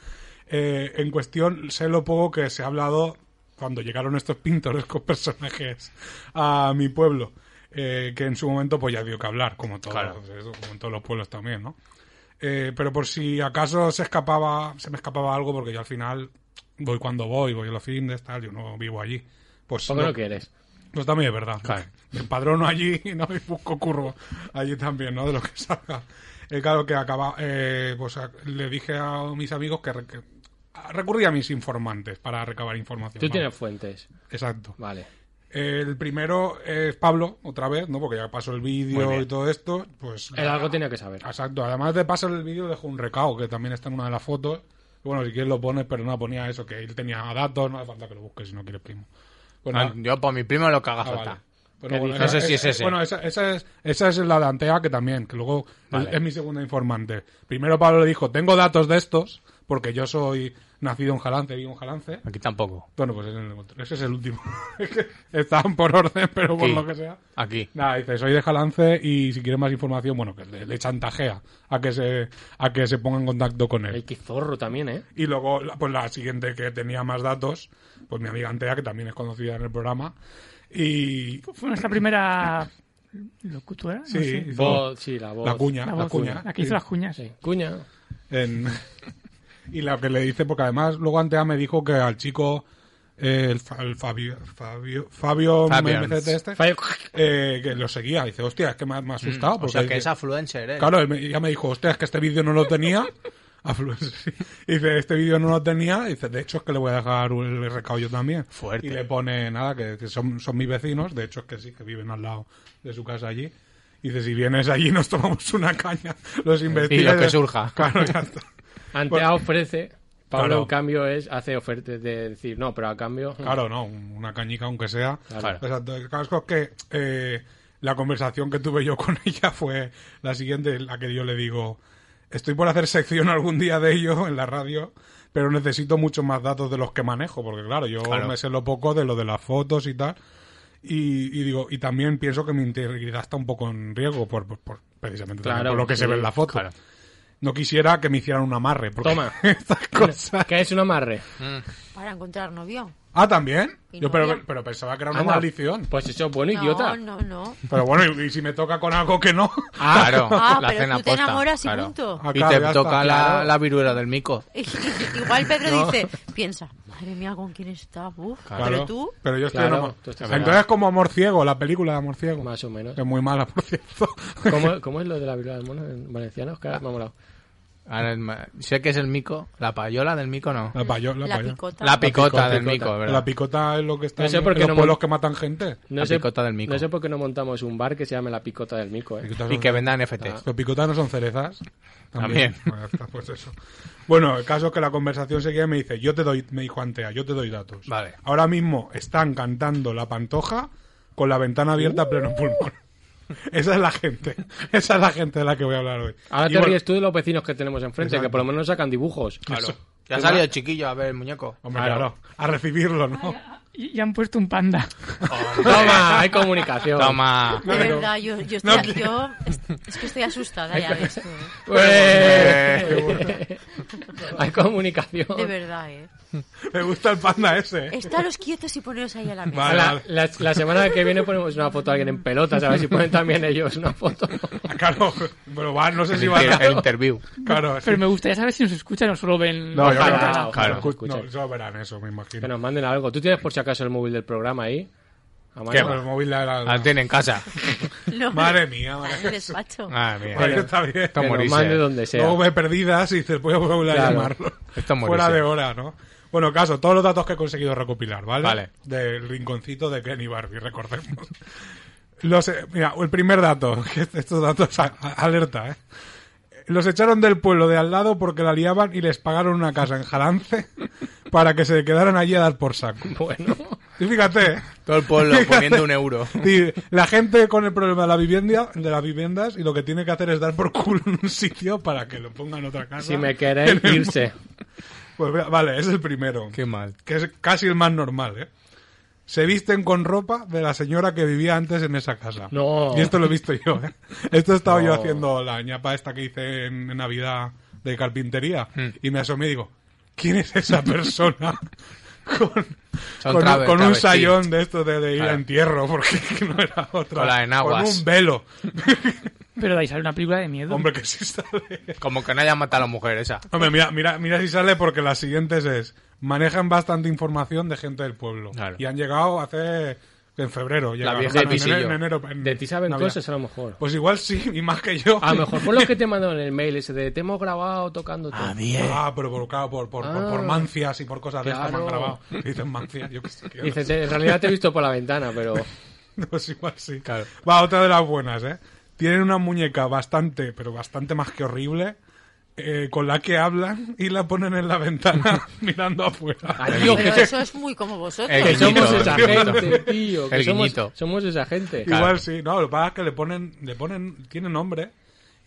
[SPEAKER 2] eh, en cuestión sé lo poco que se ha hablado cuando llegaron estos pintorescos personajes a mi pueblo, eh, que en su momento pues ya dio que hablar, como, todos,
[SPEAKER 4] Claro.
[SPEAKER 2] eso, como en todos los pueblos también, ¿no? Eh, pero por si acaso se escapaba, se me escapaba algo, porque yo al final voy cuando voy, voy a los fines, tal, yo no vivo allí. Pues
[SPEAKER 3] ¿Por qué
[SPEAKER 2] lo-
[SPEAKER 3] no quieres?
[SPEAKER 2] pues también es verdad.
[SPEAKER 4] Claro.
[SPEAKER 2] Me empadrono allí ¿no? y busco curro allí también, ¿no? De lo que salga. Eh, claro que acaba, eh, pues a- le dije a mis amigos que, re- que recurrí a mis informantes para recabar información.
[SPEAKER 3] Tú
[SPEAKER 2] ¿vale?
[SPEAKER 3] tienes fuentes.
[SPEAKER 2] Exacto.
[SPEAKER 3] Vale.
[SPEAKER 2] El primero es Pablo, otra vez, ¿no? Porque ya pasó el
[SPEAKER 4] Muy
[SPEAKER 2] vídeo
[SPEAKER 4] bien.
[SPEAKER 2] y todo esto. Pues
[SPEAKER 3] Él algo tenía que saber.
[SPEAKER 2] Exacto, además de pasar el vídeo dejo un recado que también está en una de las fotos. Bueno, si quieres lo pones, pero no ponía eso, que él tenía datos, no hace falta que lo busques si no quieres primo. Bueno,
[SPEAKER 4] Ah, Yo por mi primo lo que haga
[SPEAKER 2] Pues Ah,
[SPEAKER 4] falta.
[SPEAKER 2] vale. Bueno,
[SPEAKER 3] ¿Qué
[SPEAKER 2] bueno,
[SPEAKER 3] dices?
[SPEAKER 2] esa-
[SPEAKER 4] No sé si es
[SPEAKER 2] esa-
[SPEAKER 4] ese.
[SPEAKER 2] eh, Bueno, esa, esa es, esa es la de Antea que también, que luego
[SPEAKER 4] Vale.
[SPEAKER 2] es mi segunda informante. Primero Pablo le dijo, tengo datos de estos, porque yo soy nacido en Jalance, vivo en Jalance.
[SPEAKER 4] Aquí tampoco.
[SPEAKER 2] Bueno, pues ese es el, ese es el último. Es que Estaban por orden, pero por
[SPEAKER 4] Aquí.
[SPEAKER 2] lo que sea.
[SPEAKER 4] Aquí.
[SPEAKER 2] Nada, dice, soy de Jalance y si quieres más información, bueno, que le, le chantajea a que se a que se ponga en contacto con él.
[SPEAKER 3] El que zorro también, ¿eh?
[SPEAKER 2] Y luego, la- pues la siguiente que tenía más datos, pues mi amiga Antea, que también es conocida en el programa. Y,
[SPEAKER 5] Fue nuestra primera locutora. no
[SPEAKER 2] Sí,
[SPEAKER 5] sé.
[SPEAKER 2] hizo
[SPEAKER 3] Voz, sí, la voz.
[SPEAKER 2] la cuña,
[SPEAKER 5] La,
[SPEAKER 2] la,
[SPEAKER 5] voz,
[SPEAKER 2] cuña.
[SPEAKER 5] La que hizo
[SPEAKER 2] sí.
[SPEAKER 5] las cuñas.
[SPEAKER 3] Sí, cuña.
[SPEAKER 2] En- y la que le dice, porque además luego Antea me dijo que al chico eh, el, fa- el Fabio, Fabio, Fabio
[SPEAKER 4] Fabians.
[SPEAKER 2] MMCT este,
[SPEAKER 3] Fallo-
[SPEAKER 2] eh, que lo seguía. Dice, hostia, es que me ha, me ha asustado.
[SPEAKER 4] o
[SPEAKER 2] porque
[SPEAKER 4] sea, que
[SPEAKER 2] dice-
[SPEAKER 4] es afluencer, ¿eh?
[SPEAKER 2] Claro, él me- ya me dijo, hostia, es que este vídeo no lo tenía. Afluencer, sí. Y dice, este vídeo no lo tenía. Y dice, de hecho, es que le voy a dejar un- el recado yo también.
[SPEAKER 4] Fuerte.
[SPEAKER 2] Y le pone, nada, que, que son, son mis vecinos. De hecho, es que sí, que viven al lado de su casa allí. Y dice, si vienes allí, nos tomamos una caña. Los investigas.
[SPEAKER 4] que surja.
[SPEAKER 2] Claro, ya está.
[SPEAKER 3] Antea ofrece, Pablo
[SPEAKER 2] Claro.
[SPEAKER 3] en cambio es hace ofertas de decir, no, pero a cambio...
[SPEAKER 2] Claro, no, un- una cañica aunque sea.
[SPEAKER 4] Claro.
[SPEAKER 2] Exacto. El caso es que eh, la conversación que tuve yo con ella fue la siguiente, en la que yo le digo, estoy por hacer sección algún día de ello en la radio, pero necesito muchos más datos de los que manejo, porque claro, yo
[SPEAKER 4] Claro.
[SPEAKER 2] me sé lo poco de lo de las fotos y tal. Y, y digo, y también pienso que mi integridad está un poco en riesgo por, por- por- precisamente también
[SPEAKER 3] Claro,
[SPEAKER 2] por lo que se
[SPEAKER 3] sí,
[SPEAKER 2] ve en la foto.
[SPEAKER 4] claro.
[SPEAKER 2] No quisiera que me hicieran un amarre, porque
[SPEAKER 3] Toma.
[SPEAKER 2] estas cosas.
[SPEAKER 3] Que es un amarre.
[SPEAKER 4] Mm.
[SPEAKER 6] Para encontrar novio.
[SPEAKER 2] Ah, también.
[SPEAKER 6] Y
[SPEAKER 2] Yo
[SPEAKER 6] no
[SPEAKER 2] pero,
[SPEAKER 6] había.
[SPEAKER 2] pero pensaba que era una
[SPEAKER 3] Anda,
[SPEAKER 2] maldición.
[SPEAKER 3] Pues eso es bueno,
[SPEAKER 6] no,
[SPEAKER 3] idiota.
[SPEAKER 6] no, no.
[SPEAKER 2] Pero bueno, y, y si me toca con algo que no.
[SPEAKER 4] Claro,
[SPEAKER 6] Ah,
[SPEAKER 4] la
[SPEAKER 6] pero
[SPEAKER 4] cena
[SPEAKER 6] tú te
[SPEAKER 4] posta,
[SPEAKER 6] enamoras y
[SPEAKER 4] claro.
[SPEAKER 6] punto.
[SPEAKER 2] Ah,
[SPEAKER 4] Y
[SPEAKER 2] claro,
[SPEAKER 4] te
[SPEAKER 2] ya está,
[SPEAKER 4] toca la,
[SPEAKER 2] claro.
[SPEAKER 4] la viruela del mico.
[SPEAKER 6] Igual Pedro dice, piensa, madre mía, ¿con quién está? Uf, Pero
[SPEAKER 2] Claro,
[SPEAKER 6] tú,
[SPEAKER 2] Pero yo estoy
[SPEAKER 3] Claro,
[SPEAKER 2] enamorado.
[SPEAKER 3] tú estás
[SPEAKER 2] Entonces, como Amor Ciego, la película de Amor Ciego.
[SPEAKER 3] Más o menos.
[SPEAKER 2] Que es muy mala, por cierto.
[SPEAKER 3] ¿Cómo, cómo es lo de la viruela del mono en valenciano? Oscar, me ha molado.
[SPEAKER 4] Ahora, ma- Sé que es el mico, la payola del mico no.
[SPEAKER 2] La payo- la
[SPEAKER 6] la
[SPEAKER 2] payo-
[SPEAKER 6] picota.
[SPEAKER 4] La picota
[SPEAKER 3] picota.
[SPEAKER 4] del mico, ¿verdad?
[SPEAKER 2] La picota es lo que está
[SPEAKER 3] No sé
[SPEAKER 2] en
[SPEAKER 3] por qué
[SPEAKER 2] los
[SPEAKER 3] no
[SPEAKER 2] pueblos
[SPEAKER 3] mon-
[SPEAKER 2] que matan gente.
[SPEAKER 3] No
[SPEAKER 4] La
[SPEAKER 3] sé,
[SPEAKER 4] picota del mico.
[SPEAKER 3] no sé por qué no montamos un bar que se llame La Picota del Mico, ¿eh?
[SPEAKER 2] Picotas
[SPEAKER 4] Y
[SPEAKER 2] son-
[SPEAKER 4] que vendan FTs.
[SPEAKER 2] Los picotas no son cerezas.
[SPEAKER 4] También.
[SPEAKER 2] Bueno, está, pues eso. Bueno, el caso es que la conversación seguía y me dice, yo te doy, me dijo Antea, yo te doy datos.
[SPEAKER 4] Vale.
[SPEAKER 2] Ahora mismo están cantando la pantoja con la ventana abierta a pleno pulmón. Esa es la gente. Esa es la gente de la que voy a hablar hoy.
[SPEAKER 3] Ahora
[SPEAKER 2] Y
[SPEAKER 3] te
[SPEAKER 2] bueno,
[SPEAKER 3] ríes tú de los vecinos que tenemos enfrente, que por lo menos sacan dibujos.
[SPEAKER 2] eso.
[SPEAKER 4] Ya ha salido el chiquillo, a ver, el muñeco.
[SPEAKER 2] Hombre, claro. A recibirlo, ¿no?
[SPEAKER 5] Y ya han puesto un panda.
[SPEAKER 3] Toma, hay comunicación.
[SPEAKER 4] Toma.
[SPEAKER 6] De verdad, yo, yo estoy,
[SPEAKER 2] No, que-
[SPEAKER 6] yo es- es que estoy asustada ya de esto. ¿eh?
[SPEAKER 3] Pues, Eh.
[SPEAKER 2] pues,
[SPEAKER 3] hay comunicación.
[SPEAKER 6] De verdad, ¿eh?
[SPEAKER 2] Me gusta el panda ese. ¿eh?
[SPEAKER 6] Estaros quietos y poneros ahí a la mesa.
[SPEAKER 2] Vale,
[SPEAKER 3] La,
[SPEAKER 2] vale.
[SPEAKER 3] la- la semana que viene ponemos una foto a alguien en pelotas, a ver si ponen también ellos una foto.
[SPEAKER 2] Ah, Claro, pero va, Ah, no sé
[SPEAKER 4] El,
[SPEAKER 2] si va a...
[SPEAKER 4] inter- el interview.
[SPEAKER 2] Claro, sí.
[SPEAKER 5] Pero me gustaría saber si nos escuchan o solo ven.
[SPEAKER 2] No, yo creo que-
[SPEAKER 3] Ojalá, ojalá
[SPEAKER 2] claro,
[SPEAKER 3] nos escuchen.
[SPEAKER 2] no, eso verán eso, me imagino.
[SPEAKER 3] Que nos manden algo. ¿Tú tienes por si acaso el móvil del programa ahí? A mano?
[SPEAKER 4] ¿Qué
[SPEAKER 2] Con Pues el móvil de la-
[SPEAKER 4] La tiene en casa.
[SPEAKER 6] No,
[SPEAKER 2] Madre mía,
[SPEAKER 6] está
[SPEAKER 2] madre
[SPEAKER 6] en el despacho.
[SPEAKER 4] Ah, mía.
[SPEAKER 2] Bueno, está bien.
[SPEAKER 4] Esto
[SPEAKER 3] Que nos
[SPEAKER 4] morirse.
[SPEAKER 3] mande donde sea.
[SPEAKER 2] Luego ve perdidas y dices, voy a volver a
[SPEAKER 3] Claro.
[SPEAKER 2] llamarlo.
[SPEAKER 4] Esto es
[SPEAKER 2] Fuera
[SPEAKER 4] morirse.
[SPEAKER 2] de hora, ¿no? Bueno, caso, todos los datos que he conseguido recopilar, ¿vale?
[SPEAKER 4] Vale.
[SPEAKER 2] Del rinconcito de Kenny Barbie, recordemos. Los, eh, mira, el primer dato, que este- estos datos a- a- alerta, ¿eh? Los echaron del pueblo de al lado porque la liaban y les pagaron una casa en Jalance para que se quedaran allí a dar por saco.
[SPEAKER 3] Bueno,
[SPEAKER 2] Y fíjate, ¿eh?
[SPEAKER 4] Todo el pueblo poniendo un euro.
[SPEAKER 2] Sí, la gente con el problema de la vivienda, de las viviendas, y lo que tiene que hacer es dar por culo en un sitio para que lo pongan en otra casa.
[SPEAKER 3] si me queréis irse.
[SPEAKER 2] Pues vea, vale, es el primero.
[SPEAKER 4] Qué mal.
[SPEAKER 2] Que es casi el más normal, ¿eh? Se visten con ropa de la señora que vivía antes en esa casa.
[SPEAKER 3] No.
[SPEAKER 2] Y esto lo he visto yo, ¿eh? Esto he estado yo
[SPEAKER 4] No.
[SPEAKER 2] haciendo la ñapa esta que hice en, en Navidad de carpintería.
[SPEAKER 3] Hmm.
[SPEAKER 2] Y me asomé y digo, ¿quién es esa persona? con,
[SPEAKER 4] Son
[SPEAKER 2] con,
[SPEAKER 4] traves-
[SPEAKER 2] un- con un
[SPEAKER 4] travestis.
[SPEAKER 2] sayón de esto de, de ir
[SPEAKER 4] Claro.
[SPEAKER 2] a entierro, porque no era otra.
[SPEAKER 4] Con la enaguas.
[SPEAKER 2] Con un velo.
[SPEAKER 5] Pero de ahí sale una película de miedo.
[SPEAKER 2] Hombre, que sí sale.
[SPEAKER 4] Como que no haya matado a la mujer esa.
[SPEAKER 2] Hombre, mira, mira, mira si sale porque las siguientes es manejan bastante información de gente del pueblo
[SPEAKER 4] Claro.
[SPEAKER 2] y han llegado hace en febrero llegaron.
[SPEAKER 4] vieja del
[SPEAKER 2] en enero-
[SPEAKER 4] pisillo.
[SPEAKER 2] en enero- en
[SPEAKER 3] De ti saben
[SPEAKER 2] Navidad.
[SPEAKER 3] cosas a lo mejor.
[SPEAKER 2] Pues igual sí y más que yo.
[SPEAKER 3] A lo mejor por lo que te mandaron en el mail ese de te hemos grabado tocando todo.
[SPEAKER 2] Ah, pero por, claro, por, por, por,
[SPEAKER 3] Ah.
[SPEAKER 2] por mancias y por cosas de estas me han
[SPEAKER 3] Claro.
[SPEAKER 2] grabado. Dicen mancias, yo qué sé. qué
[SPEAKER 3] Dices, en realidad te he visto por la ventana, pero
[SPEAKER 2] Pues igual sí.
[SPEAKER 4] Claro.
[SPEAKER 2] Va, otra de las buenas, ¿eh? Tienen una muñeca bastante, pero bastante más que horrible, eh, con la que hablan y la ponen en la ventana mirando afuera.
[SPEAKER 3] adiós,
[SPEAKER 6] Pero
[SPEAKER 3] que,
[SPEAKER 6] eso es muy como vosotros.
[SPEAKER 4] El
[SPEAKER 3] que somos
[SPEAKER 4] guiñito,
[SPEAKER 3] esa
[SPEAKER 4] el
[SPEAKER 3] gente,
[SPEAKER 4] guiñito.
[SPEAKER 3] tío. Que
[SPEAKER 4] El
[SPEAKER 3] somos,
[SPEAKER 4] guiñito.
[SPEAKER 3] somos este. esa gente.
[SPEAKER 4] Claro.
[SPEAKER 2] Igual sí, no, lo que pasa es que le ponen, le ponen, tiene nombre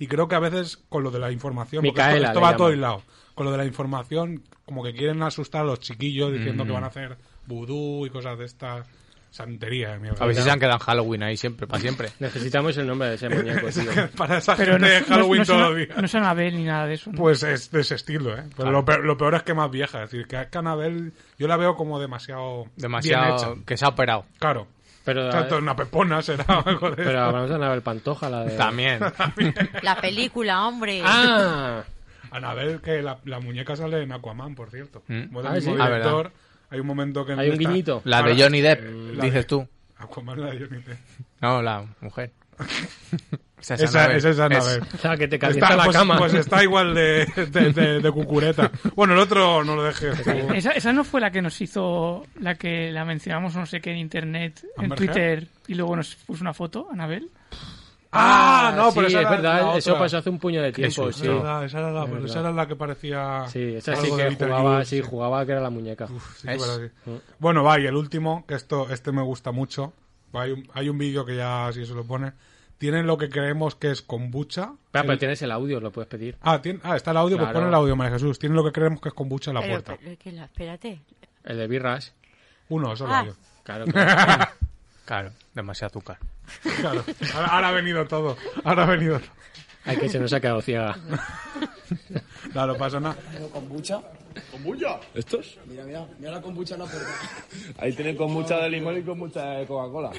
[SPEAKER 2] y creo que a veces con lo de la información, porque esto-
[SPEAKER 3] Micaela
[SPEAKER 2] esto,
[SPEAKER 3] le
[SPEAKER 2] va a
[SPEAKER 3] llaman.
[SPEAKER 2] todo hilado, con lo de la información como que quieren asustar a los chiquillos
[SPEAKER 4] Mm.
[SPEAKER 2] diciendo que van a hacer vudú y cosas de esta santería de mierda.
[SPEAKER 4] A ver si se han quedado en Halloween ahí siempre, para siempre.
[SPEAKER 3] Necesitamos el nombre de ese muñeco,
[SPEAKER 4] Pues
[SPEAKER 3] tío.
[SPEAKER 2] Para esa
[SPEAKER 5] Pero no,
[SPEAKER 2] gente de
[SPEAKER 5] no-
[SPEAKER 2] Halloween
[SPEAKER 5] no,
[SPEAKER 2] todos los
[SPEAKER 5] son,
[SPEAKER 2] días.
[SPEAKER 5] no son Abel ni nada de eso. ¿no?
[SPEAKER 2] Pues es de ese estilo, ¿eh? Pero
[SPEAKER 4] Ah.
[SPEAKER 2] lo, peor, lo peor es que más vieja. Es decir, que a Anabel yo la veo como demasiado, bien hecha.
[SPEAKER 4] Demasiado que se ha operado.
[SPEAKER 2] Claro.
[SPEAKER 3] Pero,
[SPEAKER 2] Tanto una pepona será o algo de
[SPEAKER 3] pero
[SPEAKER 2] eso.
[SPEAKER 3] vamos a Anabel Pantoja, la de...
[SPEAKER 4] También.
[SPEAKER 6] La película, hombre.
[SPEAKER 3] ¡Ah!
[SPEAKER 2] Anabel, que la, la muñeca sale en Aquaman, por cierto.
[SPEAKER 4] Mm.
[SPEAKER 2] Como del
[SPEAKER 3] Ah,
[SPEAKER 2] mismo
[SPEAKER 3] sí.
[SPEAKER 2] director,
[SPEAKER 4] Ah, verdad.
[SPEAKER 2] hay Hay un momento que...
[SPEAKER 3] Hay un guiñito.
[SPEAKER 4] La de
[SPEAKER 2] Ahora,
[SPEAKER 4] Johnny Depp,
[SPEAKER 2] eh, la
[SPEAKER 4] dices
[SPEAKER 2] de-
[SPEAKER 4] tú.
[SPEAKER 2] Aquaman, la de Johnny Depp.
[SPEAKER 4] No, la mujer. Esa
[SPEAKER 2] Esa
[SPEAKER 4] Annabelle.
[SPEAKER 2] es esa Annabelle.
[SPEAKER 3] O sea, que te calienta
[SPEAKER 2] Está,
[SPEAKER 3] la
[SPEAKER 2] pues,
[SPEAKER 3] cama.
[SPEAKER 2] pues está igual de, de, de- de cucureta. Bueno, el otro no lo dejé.
[SPEAKER 5] Esa, esa no fue la que nos hizo, la que la mencionamos no sé qué en internet, en
[SPEAKER 2] ¿Amber
[SPEAKER 5] Twitter, y luego nos puso una foto, Anabel.
[SPEAKER 2] Ah, no, pero
[SPEAKER 3] sí,
[SPEAKER 2] esa
[SPEAKER 3] es
[SPEAKER 2] era la
[SPEAKER 3] verdad, eso
[SPEAKER 2] otra.
[SPEAKER 3] pasó hace un puño de tiempo,
[SPEAKER 4] Jesús,
[SPEAKER 2] Esa
[SPEAKER 3] sí.
[SPEAKER 2] era la- esa, era la,
[SPEAKER 3] Es
[SPEAKER 2] esa era la que parecía.
[SPEAKER 3] Sí, esa sí
[SPEAKER 2] algo de
[SPEAKER 3] que
[SPEAKER 2] Peter
[SPEAKER 3] jugaba,
[SPEAKER 2] Yu,
[SPEAKER 3] sí, jugaba que era la muñeca. Mm.
[SPEAKER 2] Uf, sí que
[SPEAKER 4] Es-
[SPEAKER 2] era así. Bueno, va, y el último, que esto, este me gusta mucho. Hay un, hay un vídeo que ya si se lo pone. Tienen lo que creemos que es kombucha.
[SPEAKER 3] Espera,
[SPEAKER 2] El-
[SPEAKER 3] pero tienes el audio, lo puedes pedir.
[SPEAKER 2] ah, tiene- ah, está el audio, pues
[SPEAKER 3] Claro.
[SPEAKER 2] pon el audio, María Jesús. Tienen lo que creemos que es kombucha en la
[SPEAKER 6] Pero,
[SPEAKER 2] puerta.
[SPEAKER 6] pero que la- espérate.
[SPEAKER 3] El de Birras.
[SPEAKER 2] Uno, solo
[SPEAKER 6] Ah.
[SPEAKER 2] yo.
[SPEAKER 3] Claro, claro.
[SPEAKER 4] Claro, demasiado azúcar.
[SPEAKER 2] Claro. Ahora, ahora ha venido todo. Ahora ha venido todo.
[SPEAKER 3] Hay que se nos ha quedado ciega.
[SPEAKER 2] No, no pasa nada.
[SPEAKER 7] ¿Kombucha?
[SPEAKER 8] ¿Estos?
[SPEAKER 7] Mira, mira, mira la kombucha en la puerta.
[SPEAKER 8] Ahí tienen con mucha de limón y con mucha de Coca-Cola.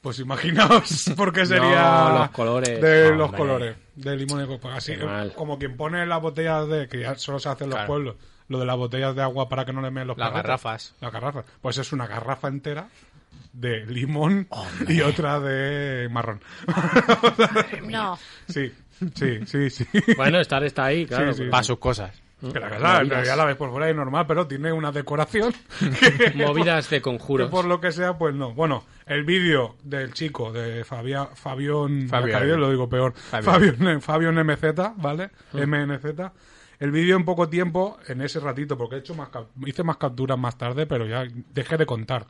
[SPEAKER 2] Pues imaginaos por qué sería.
[SPEAKER 3] los colores.
[SPEAKER 2] De los
[SPEAKER 4] Hombre.
[SPEAKER 2] colores. De limón y coca. Así
[SPEAKER 3] Qué mal.
[SPEAKER 2] como quien pone las botellas de. que ya solo se hace en los
[SPEAKER 4] Claro.
[SPEAKER 2] pueblos. Lo de las botellas de agua para que no le meen los
[SPEAKER 4] Las
[SPEAKER 2] perretes.
[SPEAKER 4] garrafas.
[SPEAKER 2] Las garrafas. Pues es una garrafa entera de limón y otra de marrón.
[SPEAKER 6] No.
[SPEAKER 2] sí, sí, sí, sí.
[SPEAKER 3] Bueno, estar está ahí, claro.
[SPEAKER 2] Sí, sí.
[SPEAKER 4] Para sus cosas.
[SPEAKER 2] Que la casa,
[SPEAKER 3] Mm. Movidas.
[SPEAKER 2] ya la ves por fuera y normal, pero tiene una decoración que-
[SPEAKER 3] Movidas de
[SPEAKER 2] que
[SPEAKER 3] conjuros.
[SPEAKER 2] por lo que sea, pues no. Bueno, el vídeo del chico, de Fabia, Fabión,
[SPEAKER 4] Fabián.
[SPEAKER 2] Fabián, lo digo peor,
[SPEAKER 4] Fabián.
[SPEAKER 2] Fabión, eh, Fabión MZ, ¿vale?
[SPEAKER 3] Mm.
[SPEAKER 2] MNZ. El vídeo en poco tiempo, en ese ratito, porque he hecho más, cap- hice más capturas más tarde, pero ya dejé de contar.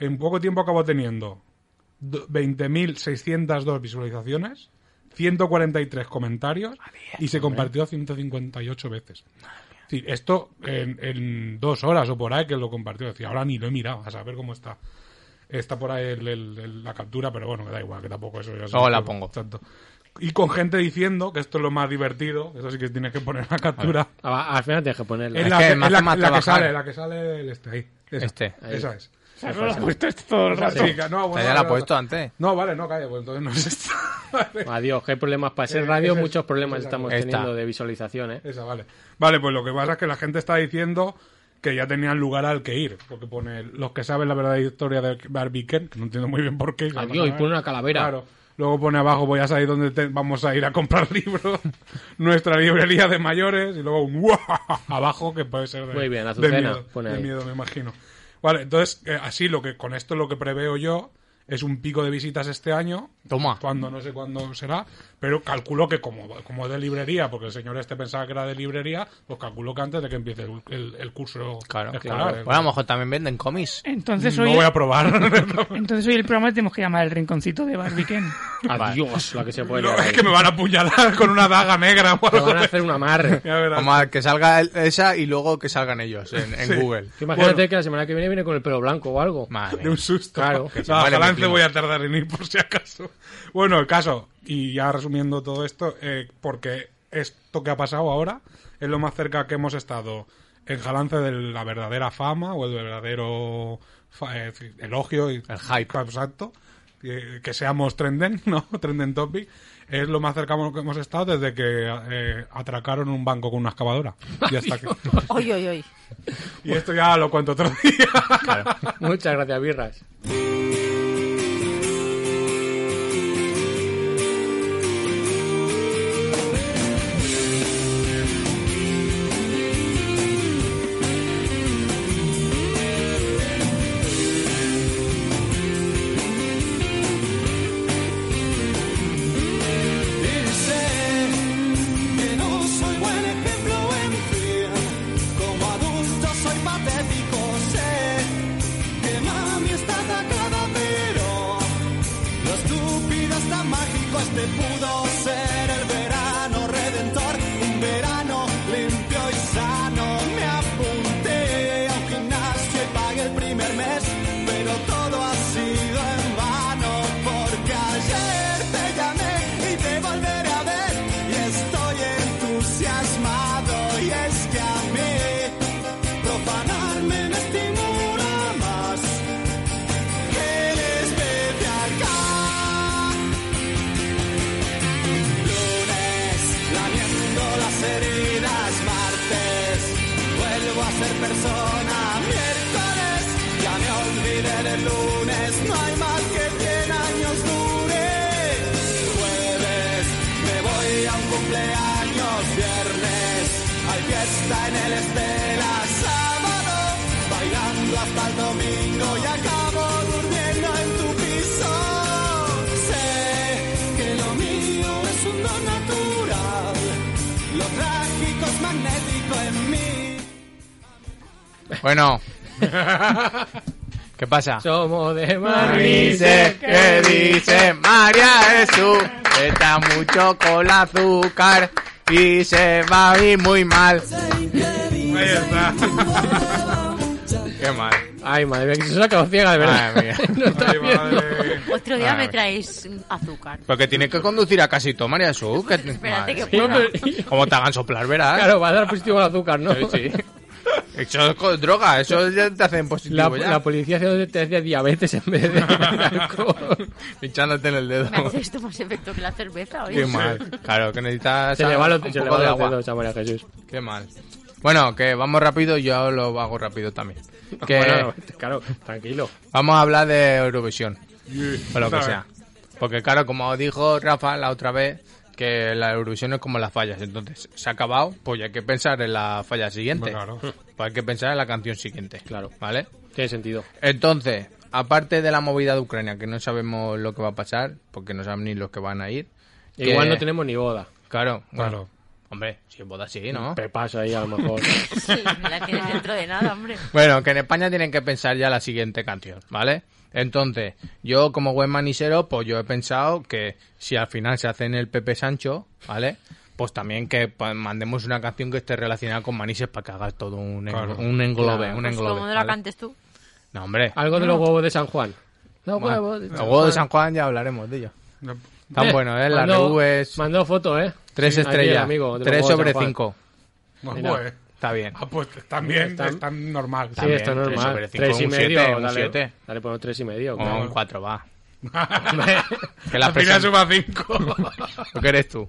[SPEAKER 2] En poco tiempo acabo teniendo do- 20.602 visualizaciones, 143 comentarios y
[SPEAKER 4] eh.
[SPEAKER 2] se compartió 158 veces. Es decir, esto en, en dos horas o por ahí que lo compartió. Es decir, ahora ni lo he mirado, a saber cómo está. Está por ahí el- el- el- la captura, pero bueno, que da igual, que tampoco eso ya se-
[SPEAKER 4] Luego la pongo.
[SPEAKER 2] Exacto. Y con gente diciendo que esto es lo más divertido, eso sí que tienes que poner la captura.
[SPEAKER 3] Ah, va, Al final tienes que ponerla.
[SPEAKER 2] Es la,
[SPEAKER 4] que
[SPEAKER 2] que-
[SPEAKER 4] me
[SPEAKER 2] es la-
[SPEAKER 4] hace más
[SPEAKER 2] la que
[SPEAKER 4] trabajar.
[SPEAKER 2] sale, la que sale el este ahí. Esa.
[SPEAKER 4] Este.
[SPEAKER 3] Ahí.
[SPEAKER 2] Esa es.
[SPEAKER 5] O sea, no lo has puesto esto todo el rato.
[SPEAKER 2] Sí, que- no, bueno,
[SPEAKER 4] ya la ha
[SPEAKER 2] vale,
[SPEAKER 4] puesto
[SPEAKER 2] vale.
[SPEAKER 4] antes.
[SPEAKER 2] No, vale, no, calla, pues entonces no es esta. Vale.
[SPEAKER 3] Adiós, que hay problemas para ser
[SPEAKER 2] Eh,
[SPEAKER 3] radio,
[SPEAKER 2] ese es-
[SPEAKER 3] muchos problemas
[SPEAKER 2] esa
[SPEAKER 3] estamos
[SPEAKER 4] cosa.
[SPEAKER 3] teniendo
[SPEAKER 4] Esta.
[SPEAKER 3] de visualización, ¿eh?
[SPEAKER 2] Esa, vale. Vale, pues lo que pasa es que la gente está diciendo que ya tenían lugar al que ir. Porque pone los que saben la verdadera historia de Barbie Ken, que no entiendo muy bien por qué.
[SPEAKER 3] Adiós, y pone una calavera.
[SPEAKER 2] Claro. Luego pone abajo, voy a salir donde te- vamos a ir a comprar libros. Nuestra librería de mayores. Y luego un abajo, que puede ser de,
[SPEAKER 3] Muy bien,
[SPEAKER 2] de
[SPEAKER 3] Azucena,
[SPEAKER 2] miedo,
[SPEAKER 3] pone
[SPEAKER 2] de
[SPEAKER 3] ahí.
[SPEAKER 2] miedo, me imagino. Vale, entonces, eh, así lo que con esto lo que preveo yo es un pico de visitas este año
[SPEAKER 4] Toma.
[SPEAKER 2] cuando no sé cuándo será, pero calculo que como, como es de librería, porque el señor este pensaba que era de librería, pues calculo que antes de que empiece el, el- el curso escolar.
[SPEAKER 4] Claro,
[SPEAKER 2] eh,
[SPEAKER 4] claro. Bueno, a lo mejor también venden cómics.
[SPEAKER 5] Entonces
[SPEAKER 2] no
[SPEAKER 5] hoy,
[SPEAKER 2] voy a probar.
[SPEAKER 5] entonces hoy el programa tenemos que llamar el rinconcito de Barbie Ken.
[SPEAKER 3] Adiós, la que se puede
[SPEAKER 2] No,
[SPEAKER 3] liar ahí.
[SPEAKER 2] es que me van a apuñalar con una daga negra. o
[SPEAKER 3] Te
[SPEAKER 2] algo
[SPEAKER 3] van a
[SPEAKER 2] de-
[SPEAKER 3] hacer un amarre.
[SPEAKER 2] Ya verás.
[SPEAKER 4] Vamos a que salga el- esa y luego que salgan ellos en, en Google.
[SPEAKER 3] Que Imagínate
[SPEAKER 2] Bueno.
[SPEAKER 3] que la semana que viene viene con el pelo blanco o algo.
[SPEAKER 4] Madre.
[SPEAKER 2] de un susto.
[SPEAKER 3] Claro.
[SPEAKER 2] No,
[SPEAKER 4] se muere
[SPEAKER 2] ojalá
[SPEAKER 4] mi
[SPEAKER 2] en te
[SPEAKER 4] primo.
[SPEAKER 2] voy a tardar en ir por si acaso. Bueno, el caso, y ya resumiendo todo esto, eh, porque esto que ha pasado ahora es lo más cerca que hemos estado en jalance de la verdadera fama o el verdadero fa- eh, elogio. Y,
[SPEAKER 4] El hype.
[SPEAKER 2] Exacto. Eh, Que, que seamos trending, ¿no? Trending topic. Es lo más cercano que hemos estado desde que eh, atracaron un banco con una excavadora. Y, hasta que-
[SPEAKER 6] Oy, oy, oy.
[SPEAKER 2] y esto ya lo cuento otro día.
[SPEAKER 3] Muchas gracias, Birras.
[SPEAKER 7] Dicen que no soy buen ejemplo en fría. Como adulto soy patético, sé que mami está atacada, pero lo estúpido es tan mágico. Este pudo ser el verano redentor, un verano limpio y sano. Me apunté a un gimnasio y pagué el primer mes, pero todo ha sido en vano. Porque ayer te llamé y te volveré a ver, y estoy entusiasmado. Y es que a mí profanarme me estimula más que el especial. Lunes a ser persona miércoles. Ya me olvidé del lunes, no hay mal que 100 años dure. Jueves, me voy a un cumpleaños. Viernes, hay fiesta en el Estela. Sábado, bailando hasta el domingo y acabo durmiendo en tu piso. Sé que lo mío es un don natural. Lo trágico es magnético en mí.
[SPEAKER 4] Bueno. ¿Qué pasa?
[SPEAKER 3] Somos de Madrid.
[SPEAKER 4] Dice que dice María Jesús está mucho con el azúcar y se va a ir muy mal.
[SPEAKER 2] Ahí está.
[SPEAKER 4] Qué mal.
[SPEAKER 3] Ay, madre mía, que se os ha quedado ciega, de verdad.
[SPEAKER 4] Madre mía.
[SPEAKER 3] No está
[SPEAKER 2] Ay,
[SPEAKER 3] viendo.
[SPEAKER 2] madre.
[SPEAKER 6] Otro día
[SPEAKER 4] Ah,
[SPEAKER 6] me
[SPEAKER 4] vale.
[SPEAKER 6] traéis azúcar.
[SPEAKER 4] Porque tiene que conducir a casi todo María Jesús. Que...
[SPEAKER 6] Espérate que
[SPEAKER 4] mía.
[SPEAKER 3] pueda. Sí, pero-
[SPEAKER 4] Como te hagan soplar, verás.
[SPEAKER 3] Claro, va a dar positivo al azúcar, ¿no?
[SPEAKER 4] Sí, sí. Eso es co- droga, eso ya te hacen
[SPEAKER 3] La,
[SPEAKER 4] positivo ya.
[SPEAKER 3] la policía haciendo test de diabetes en vez de alcohol.
[SPEAKER 4] Pinchándote en el dedo.
[SPEAKER 6] Me hace esto más efecto que la cerveza hoy.
[SPEAKER 4] Qué mal. Claro, que necesitas
[SPEAKER 3] Se le va los,
[SPEAKER 4] un
[SPEAKER 3] se le
[SPEAKER 4] poco
[SPEAKER 3] va
[SPEAKER 4] de
[SPEAKER 3] los
[SPEAKER 4] agua.
[SPEAKER 3] dedos a María Jesús.
[SPEAKER 4] Qué mal. Bueno, que vamos rápido, yo lo hago rápido también. Que
[SPEAKER 3] Bueno, claro, tranquilo.
[SPEAKER 4] vamos a hablar de Eurovisión, o lo que
[SPEAKER 2] Otra
[SPEAKER 4] sea. Porque claro, como dijo Rafa la otra vez, que la Eurovisión es como las fallas. Entonces, se ha acabado, pues ya hay que pensar en la falla siguiente.
[SPEAKER 2] Bueno, claro.
[SPEAKER 4] Pues hay que pensar en la canción siguiente.
[SPEAKER 3] Claro.
[SPEAKER 4] ¿Vale?
[SPEAKER 3] Tiene sentido.
[SPEAKER 4] Entonces, aparte de la movida de Ucrania, que no sabemos lo que va a pasar, porque no saben ni los que van a ir. que-
[SPEAKER 3] Igual no tenemos ni boda.
[SPEAKER 4] Claro, bueno,
[SPEAKER 2] Claro.
[SPEAKER 4] Hombre, si es boda sí, ¿no?
[SPEAKER 3] Pepaso Pues ahí, a lo mejor.
[SPEAKER 6] Sí, me la tienes dentro de nada, hombre.
[SPEAKER 4] Bueno, que en España tienen que pensar ya la siguiente canción, ¿vale? Entonces, yo como buen manisero, pues yo he pensado que si al final se hacen el Pepe Sancho, ¿vale? Pues también que pa- mandemos una canción que esté relacionada con manises para que haga todo un, englo-
[SPEAKER 2] Claro.
[SPEAKER 4] un englobe,
[SPEAKER 3] Claro.
[SPEAKER 4] un
[SPEAKER 6] Pues
[SPEAKER 4] englobe.
[SPEAKER 6] como no la
[SPEAKER 4] ¿vale?
[SPEAKER 6] cantes tú.
[SPEAKER 4] No, hombre.
[SPEAKER 3] Algo de los huevos de San Juan. Los
[SPEAKER 4] Bueno,
[SPEAKER 3] huevos de
[SPEAKER 4] los
[SPEAKER 3] San
[SPEAKER 4] huevos de
[SPEAKER 3] Juan.
[SPEAKER 4] San Juan ya hablaremos de ellos.
[SPEAKER 3] Eh,
[SPEAKER 4] Tan bueno, ¿eh? Las
[SPEAKER 3] mandó-
[SPEAKER 4] nubes,
[SPEAKER 3] Mandó fotos, ¿eh?
[SPEAKER 4] tres
[SPEAKER 3] Sí, aquí el
[SPEAKER 4] estrellas,
[SPEAKER 3] amigo de los
[SPEAKER 4] tres
[SPEAKER 3] huevos de
[SPEAKER 4] sobre
[SPEAKER 3] San Juan.
[SPEAKER 4] cinco.
[SPEAKER 2] Bueno,
[SPEAKER 3] Mira.
[SPEAKER 2] pues,
[SPEAKER 4] Está bien.
[SPEAKER 2] ah, pues también
[SPEAKER 3] Está-
[SPEAKER 2] es tan normal.
[SPEAKER 3] Sí, está
[SPEAKER 4] También, tres sobre
[SPEAKER 3] normal.
[SPEAKER 4] cinco,
[SPEAKER 3] Tres y
[SPEAKER 4] un
[SPEAKER 3] medio.
[SPEAKER 4] siete, un
[SPEAKER 3] Dale,
[SPEAKER 4] siete.
[SPEAKER 3] dale, ponemos tres y medio.
[SPEAKER 4] O
[SPEAKER 3] claro.
[SPEAKER 4] un cuatro, va.
[SPEAKER 2] que
[SPEAKER 4] Que la presen-
[SPEAKER 2] suba 5.
[SPEAKER 4] ¿Lo que eres tú?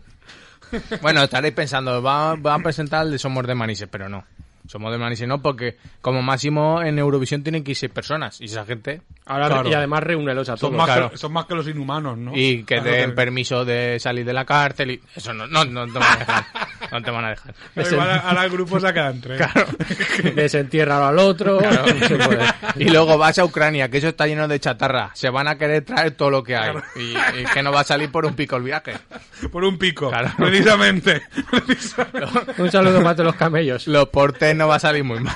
[SPEAKER 4] Bueno, estaréis pensando, va, va a presentar el de Somos de Manises, pero no. Somos de Manises no, porque como máximo en Eurovisión tienen que ir seis personas. Y esa gente...
[SPEAKER 3] Ahora,
[SPEAKER 2] Claro.
[SPEAKER 3] Y además reúnelos a todos.
[SPEAKER 2] son, más
[SPEAKER 4] claro.
[SPEAKER 2] que, son más que los inhumanos, ¿no?
[SPEAKER 4] Y que
[SPEAKER 2] Claro,
[SPEAKER 4] den permiso de salir de la cárcel y... Eso no, no, no te van a dejar. No te van a dejar.
[SPEAKER 2] Pero igual ahora el grupo se quedan tres.
[SPEAKER 3] Desentierra al otro. No se puede.
[SPEAKER 4] pues. Y luego vas a Ucrania, que eso está lleno de chatarra. Se van a querer traer todo lo que hay. Y, y que no va a salir por un pico el viaje.
[SPEAKER 2] Por un pico.
[SPEAKER 4] Claro.
[SPEAKER 2] Precisamente. Precisamente.
[SPEAKER 3] Un saludo más de los camellos.
[SPEAKER 4] Los portes no va a salir muy mal.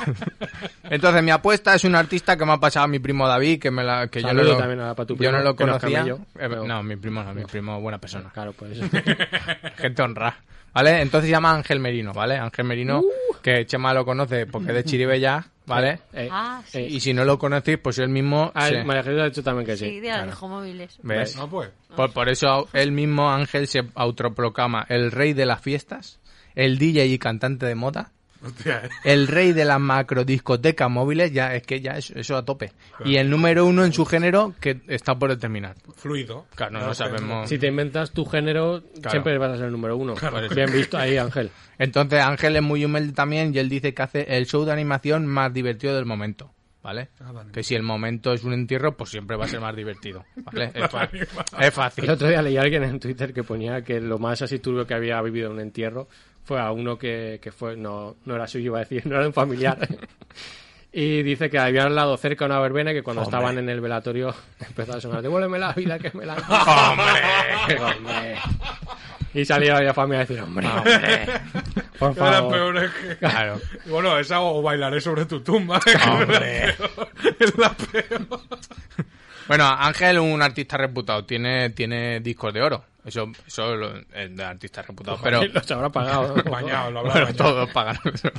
[SPEAKER 4] Entonces, mi apuesta es un artista que me ha pasado mi primo David, que, me la, que yo, no
[SPEAKER 3] Saludo
[SPEAKER 4] lo,
[SPEAKER 3] también a- pa' tu
[SPEAKER 4] yo
[SPEAKER 3] primo,
[SPEAKER 4] no lo
[SPEAKER 3] que no es
[SPEAKER 4] conocía.
[SPEAKER 3] camello,
[SPEAKER 4] Eh,
[SPEAKER 3] pero-
[SPEAKER 4] No, mi primo no, mi primo buena persona.
[SPEAKER 3] Claro, por eso.
[SPEAKER 4] Gente honrada. ¿Vale? Entonces se llama Ángel Merino, ¿vale? Ángel Merino, que Chema lo conoce porque es de Chiribella, ¿vale?
[SPEAKER 3] Uh. Eh,
[SPEAKER 6] Ah, sí.
[SPEAKER 3] eh,
[SPEAKER 4] Y si no lo conocéis, pues él mismo...
[SPEAKER 3] ah,
[SPEAKER 4] se-
[SPEAKER 3] el María Jesús ha dicho también que sí. Ah,
[SPEAKER 6] Sí, de alejomóviles.
[SPEAKER 4] ¿Ves?
[SPEAKER 2] No, pues.
[SPEAKER 4] Por, por eso él mismo, Ángel, se autoproclama el rey de las fiestas, el DJ y cantante de moda,
[SPEAKER 2] Hostia, eh.
[SPEAKER 4] el rey de las macrodiscotecas móviles, ya es que ya es- eso a tope. Y el número uno en su género que está por determinar.
[SPEAKER 2] Fluido.
[SPEAKER 4] Claro, no,
[SPEAKER 2] Claro,
[SPEAKER 4] sabemos.
[SPEAKER 3] Si te inventas tu género, siempre vas a ser el número uno. Pues Bien visto ahí, Ángel.
[SPEAKER 4] Entonces Ángel es muy humilde también y él dice que hace el show de animación más divertido del momento. Ah, ¿Vale?
[SPEAKER 2] vale.
[SPEAKER 4] Que si el momento es un entierro, pues siempre va a ser más divertido. ¿Vale? Es, fa- es
[SPEAKER 3] El
[SPEAKER 4] fácil.
[SPEAKER 3] otro día leí a alguien en Twitter que ponía que lo más así turbio que había vivido en un entierro fue a uno que, que fue, no, no era suyo, iba a decir, no era un familiar. Y dice que había al lado cerca una verbena y que cuando
[SPEAKER 4] Hombre.
[SPEAKER 3] estaban en el velatorio empezaba a sonar, devuélveme la vida que me la... han quitado".
[SPEAKER 4] ¡Hombre!
[SPEAKER 3] Hombre. Y salía la familia a decir, hombre, por
[SPEAKER 2] Que de las
[SPEAKER 3] favor.
[SPEAKER 2] peores que-
[SPEAKER 4] Claro.
[SPEAKER 2] Bueno, esa o bailaré sobre tu tumba. que
[SPEAKER 4] Hombre.
[SPEAKER 2] Es la peor. Es la peor.
[SPEAKER 4] Bueno, Ángel es un artista reputado, tiene, tiene discos de oro. Eso, eso lo- es de artista reputado. Pero,
[SPEAKER 3] Pues Los habrá pagado. ¿no?
[SPEAKER 2] Bañado, lo hablaba.
[SPEAKER 4] bueno, todos pagan eso.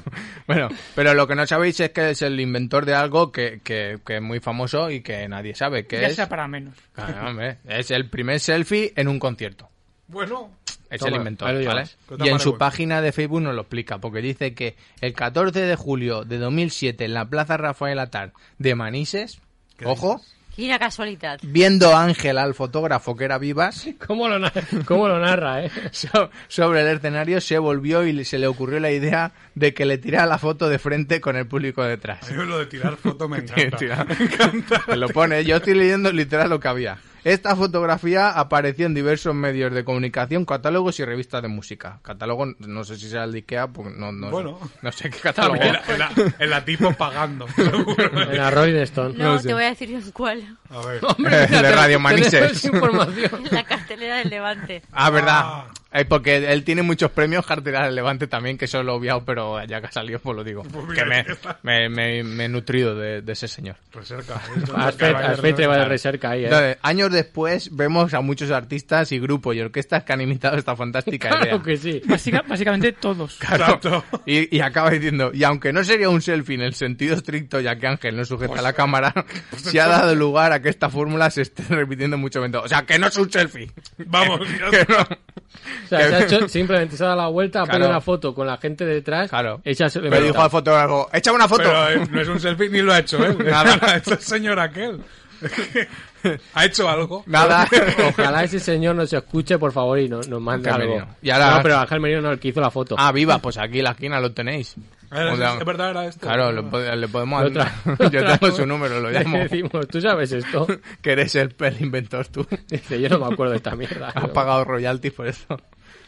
[SPEAKER 4] Bueno, pero lo que no sabéis es que es el inventor de algo que, que- que es muy famoso y que nadie sabe que
[SPEAKER 5] Ya
[SPEAKER 4] es.
[SPEAKER 5] sea para menos.
[SPEAKER 4] Claro, hombre, es el primer selfie en un concierto.
[SPEAKER 2] Bueno,
[SPEAKER 4] Es
[SPEAKER 3] Toma,
[SPEAKER 4] el inventor,
[SPEAKER 3] ahí lo
[SPEAKER 4] ¿vale?
[SPEAKER 3] llevas.
[SPEAKER 2] Que
[SPEAKER 4] Y en
[SPEAKER 2] tapar
[SPEAKER 4] su
[SPEAKER 2] hueco.
[SPEAKER 4] página de Facebook nos lo explica, porque dice que el 14 de julio de 2007 en la Plaza Rafael Atar de Manises,
[SPEAKER 2] ¿Qué
[SPEAKER 4] ojo,
[SPEAKER 6] Quina casualidad.
[SPEAKER 4] viendo a Ángel al fotógrafo que era Vivas
[SPEAKER 3] ¿Cómo lo, na- cómo lo narra, eh?
[SPEAKER 4] so- sobre el escenario, se volvió y se le ocurrió la idea de que le tirara la foto de frente con el público detrás.
[SPEAKER 2] Yo lo de tirar foto me
[SPEAKER 4] Tío,
[SPEAKER 2] encanta.
[SPEAKER 4] tío, te lo pone, yo estoy leyendo literal lo que había. Esta fotografía apareció en diversos medios de comunicación, catálogos y revistas de música. Catálogo, no sé si sea el de Ikea, pues no, no,
[SPEAKER 2] Bueno.
[SPEAKER 4] no sé qué catálogo.
[SPEAKER 2] En la- en la- en la tipo pagando.
[SPEAKER 3] En la Rolling Stone.
[SPEAKER 6] No, te voy a decir en cuál.
[SPEAKER 2] A ver.
[SPEAKER 4] Eh, de Radio Manises.
[SPEAKER 3] información.
[SPEAKER 6] La cartelera del Levante.
[SPEAKER 4] Ah, verdad.
[SPEAKER 2] Ah.
[SPEAKER 4] Eh, porque él tiene muchos premios, cartera del Levante también, que eso lo he obviado, pero ya que ha salido, pues lo digo.
[SPEAKER 2] Pues
[SPEAKER 4] que
[SPEAKER 2] mira,
[SPEAKER 4] me,
[SPEAKER 2] ya está.
[SPEAKER 4] me, me- me he nutrido de, de ese señor.
[SPEAKER 2] Recerca.
[SPEAKER 3] A Fed- a Fed le va de recerca ahí, eh.
[SPEAKER 4] Entonces, años después vemos a muchos artistas y grupos y orquestas que han imitado esta fantástica idea.
[SPEAKER 3] Claro que sí.
[SPEAKER 5] Básica- básicamente todos.
[SPEAKER 2] Exacto.
[SPEAKER 4] Y, y acaba diciendo, y aunque no sería un selfie en el sentido estricto, ya que Ángel no sujeta la cámara, se ha dado lugar a que esta fórmula se esté repitiendo mucho momento. O sea, que no es un selfie.
[SPEAKER 2] Vamos,
[SPEAKER 4] Que no.
[SPEAKER 3] O sea, se ha hecho, simplemente se ha dado la vuelta, ha
[SPEAKER 4] Claro.
[SPEAKER 3] pedido una foto con la gente detrás.
[SPEAKER 4] Claro.
[SPEAKER 3] Hecha
[SPEAKER 4] Pero dijo al fotógrafo, echa una foto.
[SPEAKER 2] Pero eh, no es un selfie ni lo ha hecho, ¿eh?
[SPEAKER 4] Nada.
[SPEAKER 2] Ha hecho el señor aquel. ha hecho algo.
[SPEAKER 4] Nada.
[SPEAKER 3] Ojalá ese señor nos escuche, por favor, y no- nos mande
[SPEAKER 4] Ángel
[SPEAKER 3] algo.
[SPEAKER 4] Merino. Y ahora-
[SPEAKER 3] No, pero Ángel Merino no, el que hizo la foto.
[SPEAKER 4] Ah, viva, pues aquí en la esquina lo tenéis.
[SPEAKER 2] Era-
[SPEAKER 4] O sea,
[SPEAKER 2] es verdad, era esto.
[SPEAKER 4] Claro, lo po- le podemos
[SPEAKER 3] Lo tra-
[SPEAKER 4] andar.
[SPEAKER 3] lo
[SPEAKER 4] Yo
[SPEAKER 3] trajo.
[SPEAKER 4] tengo su número, lo llamo.
[SPEAKER 3] Le decimos, ¿tú sabes esto?
[SPEAKER 4] Que eres el, el inventor tú.
[SPEAKER 3] Dice, yo no me acuerdo de esta mierda.
[SPEAKER 4] Has pagado royalties por eso.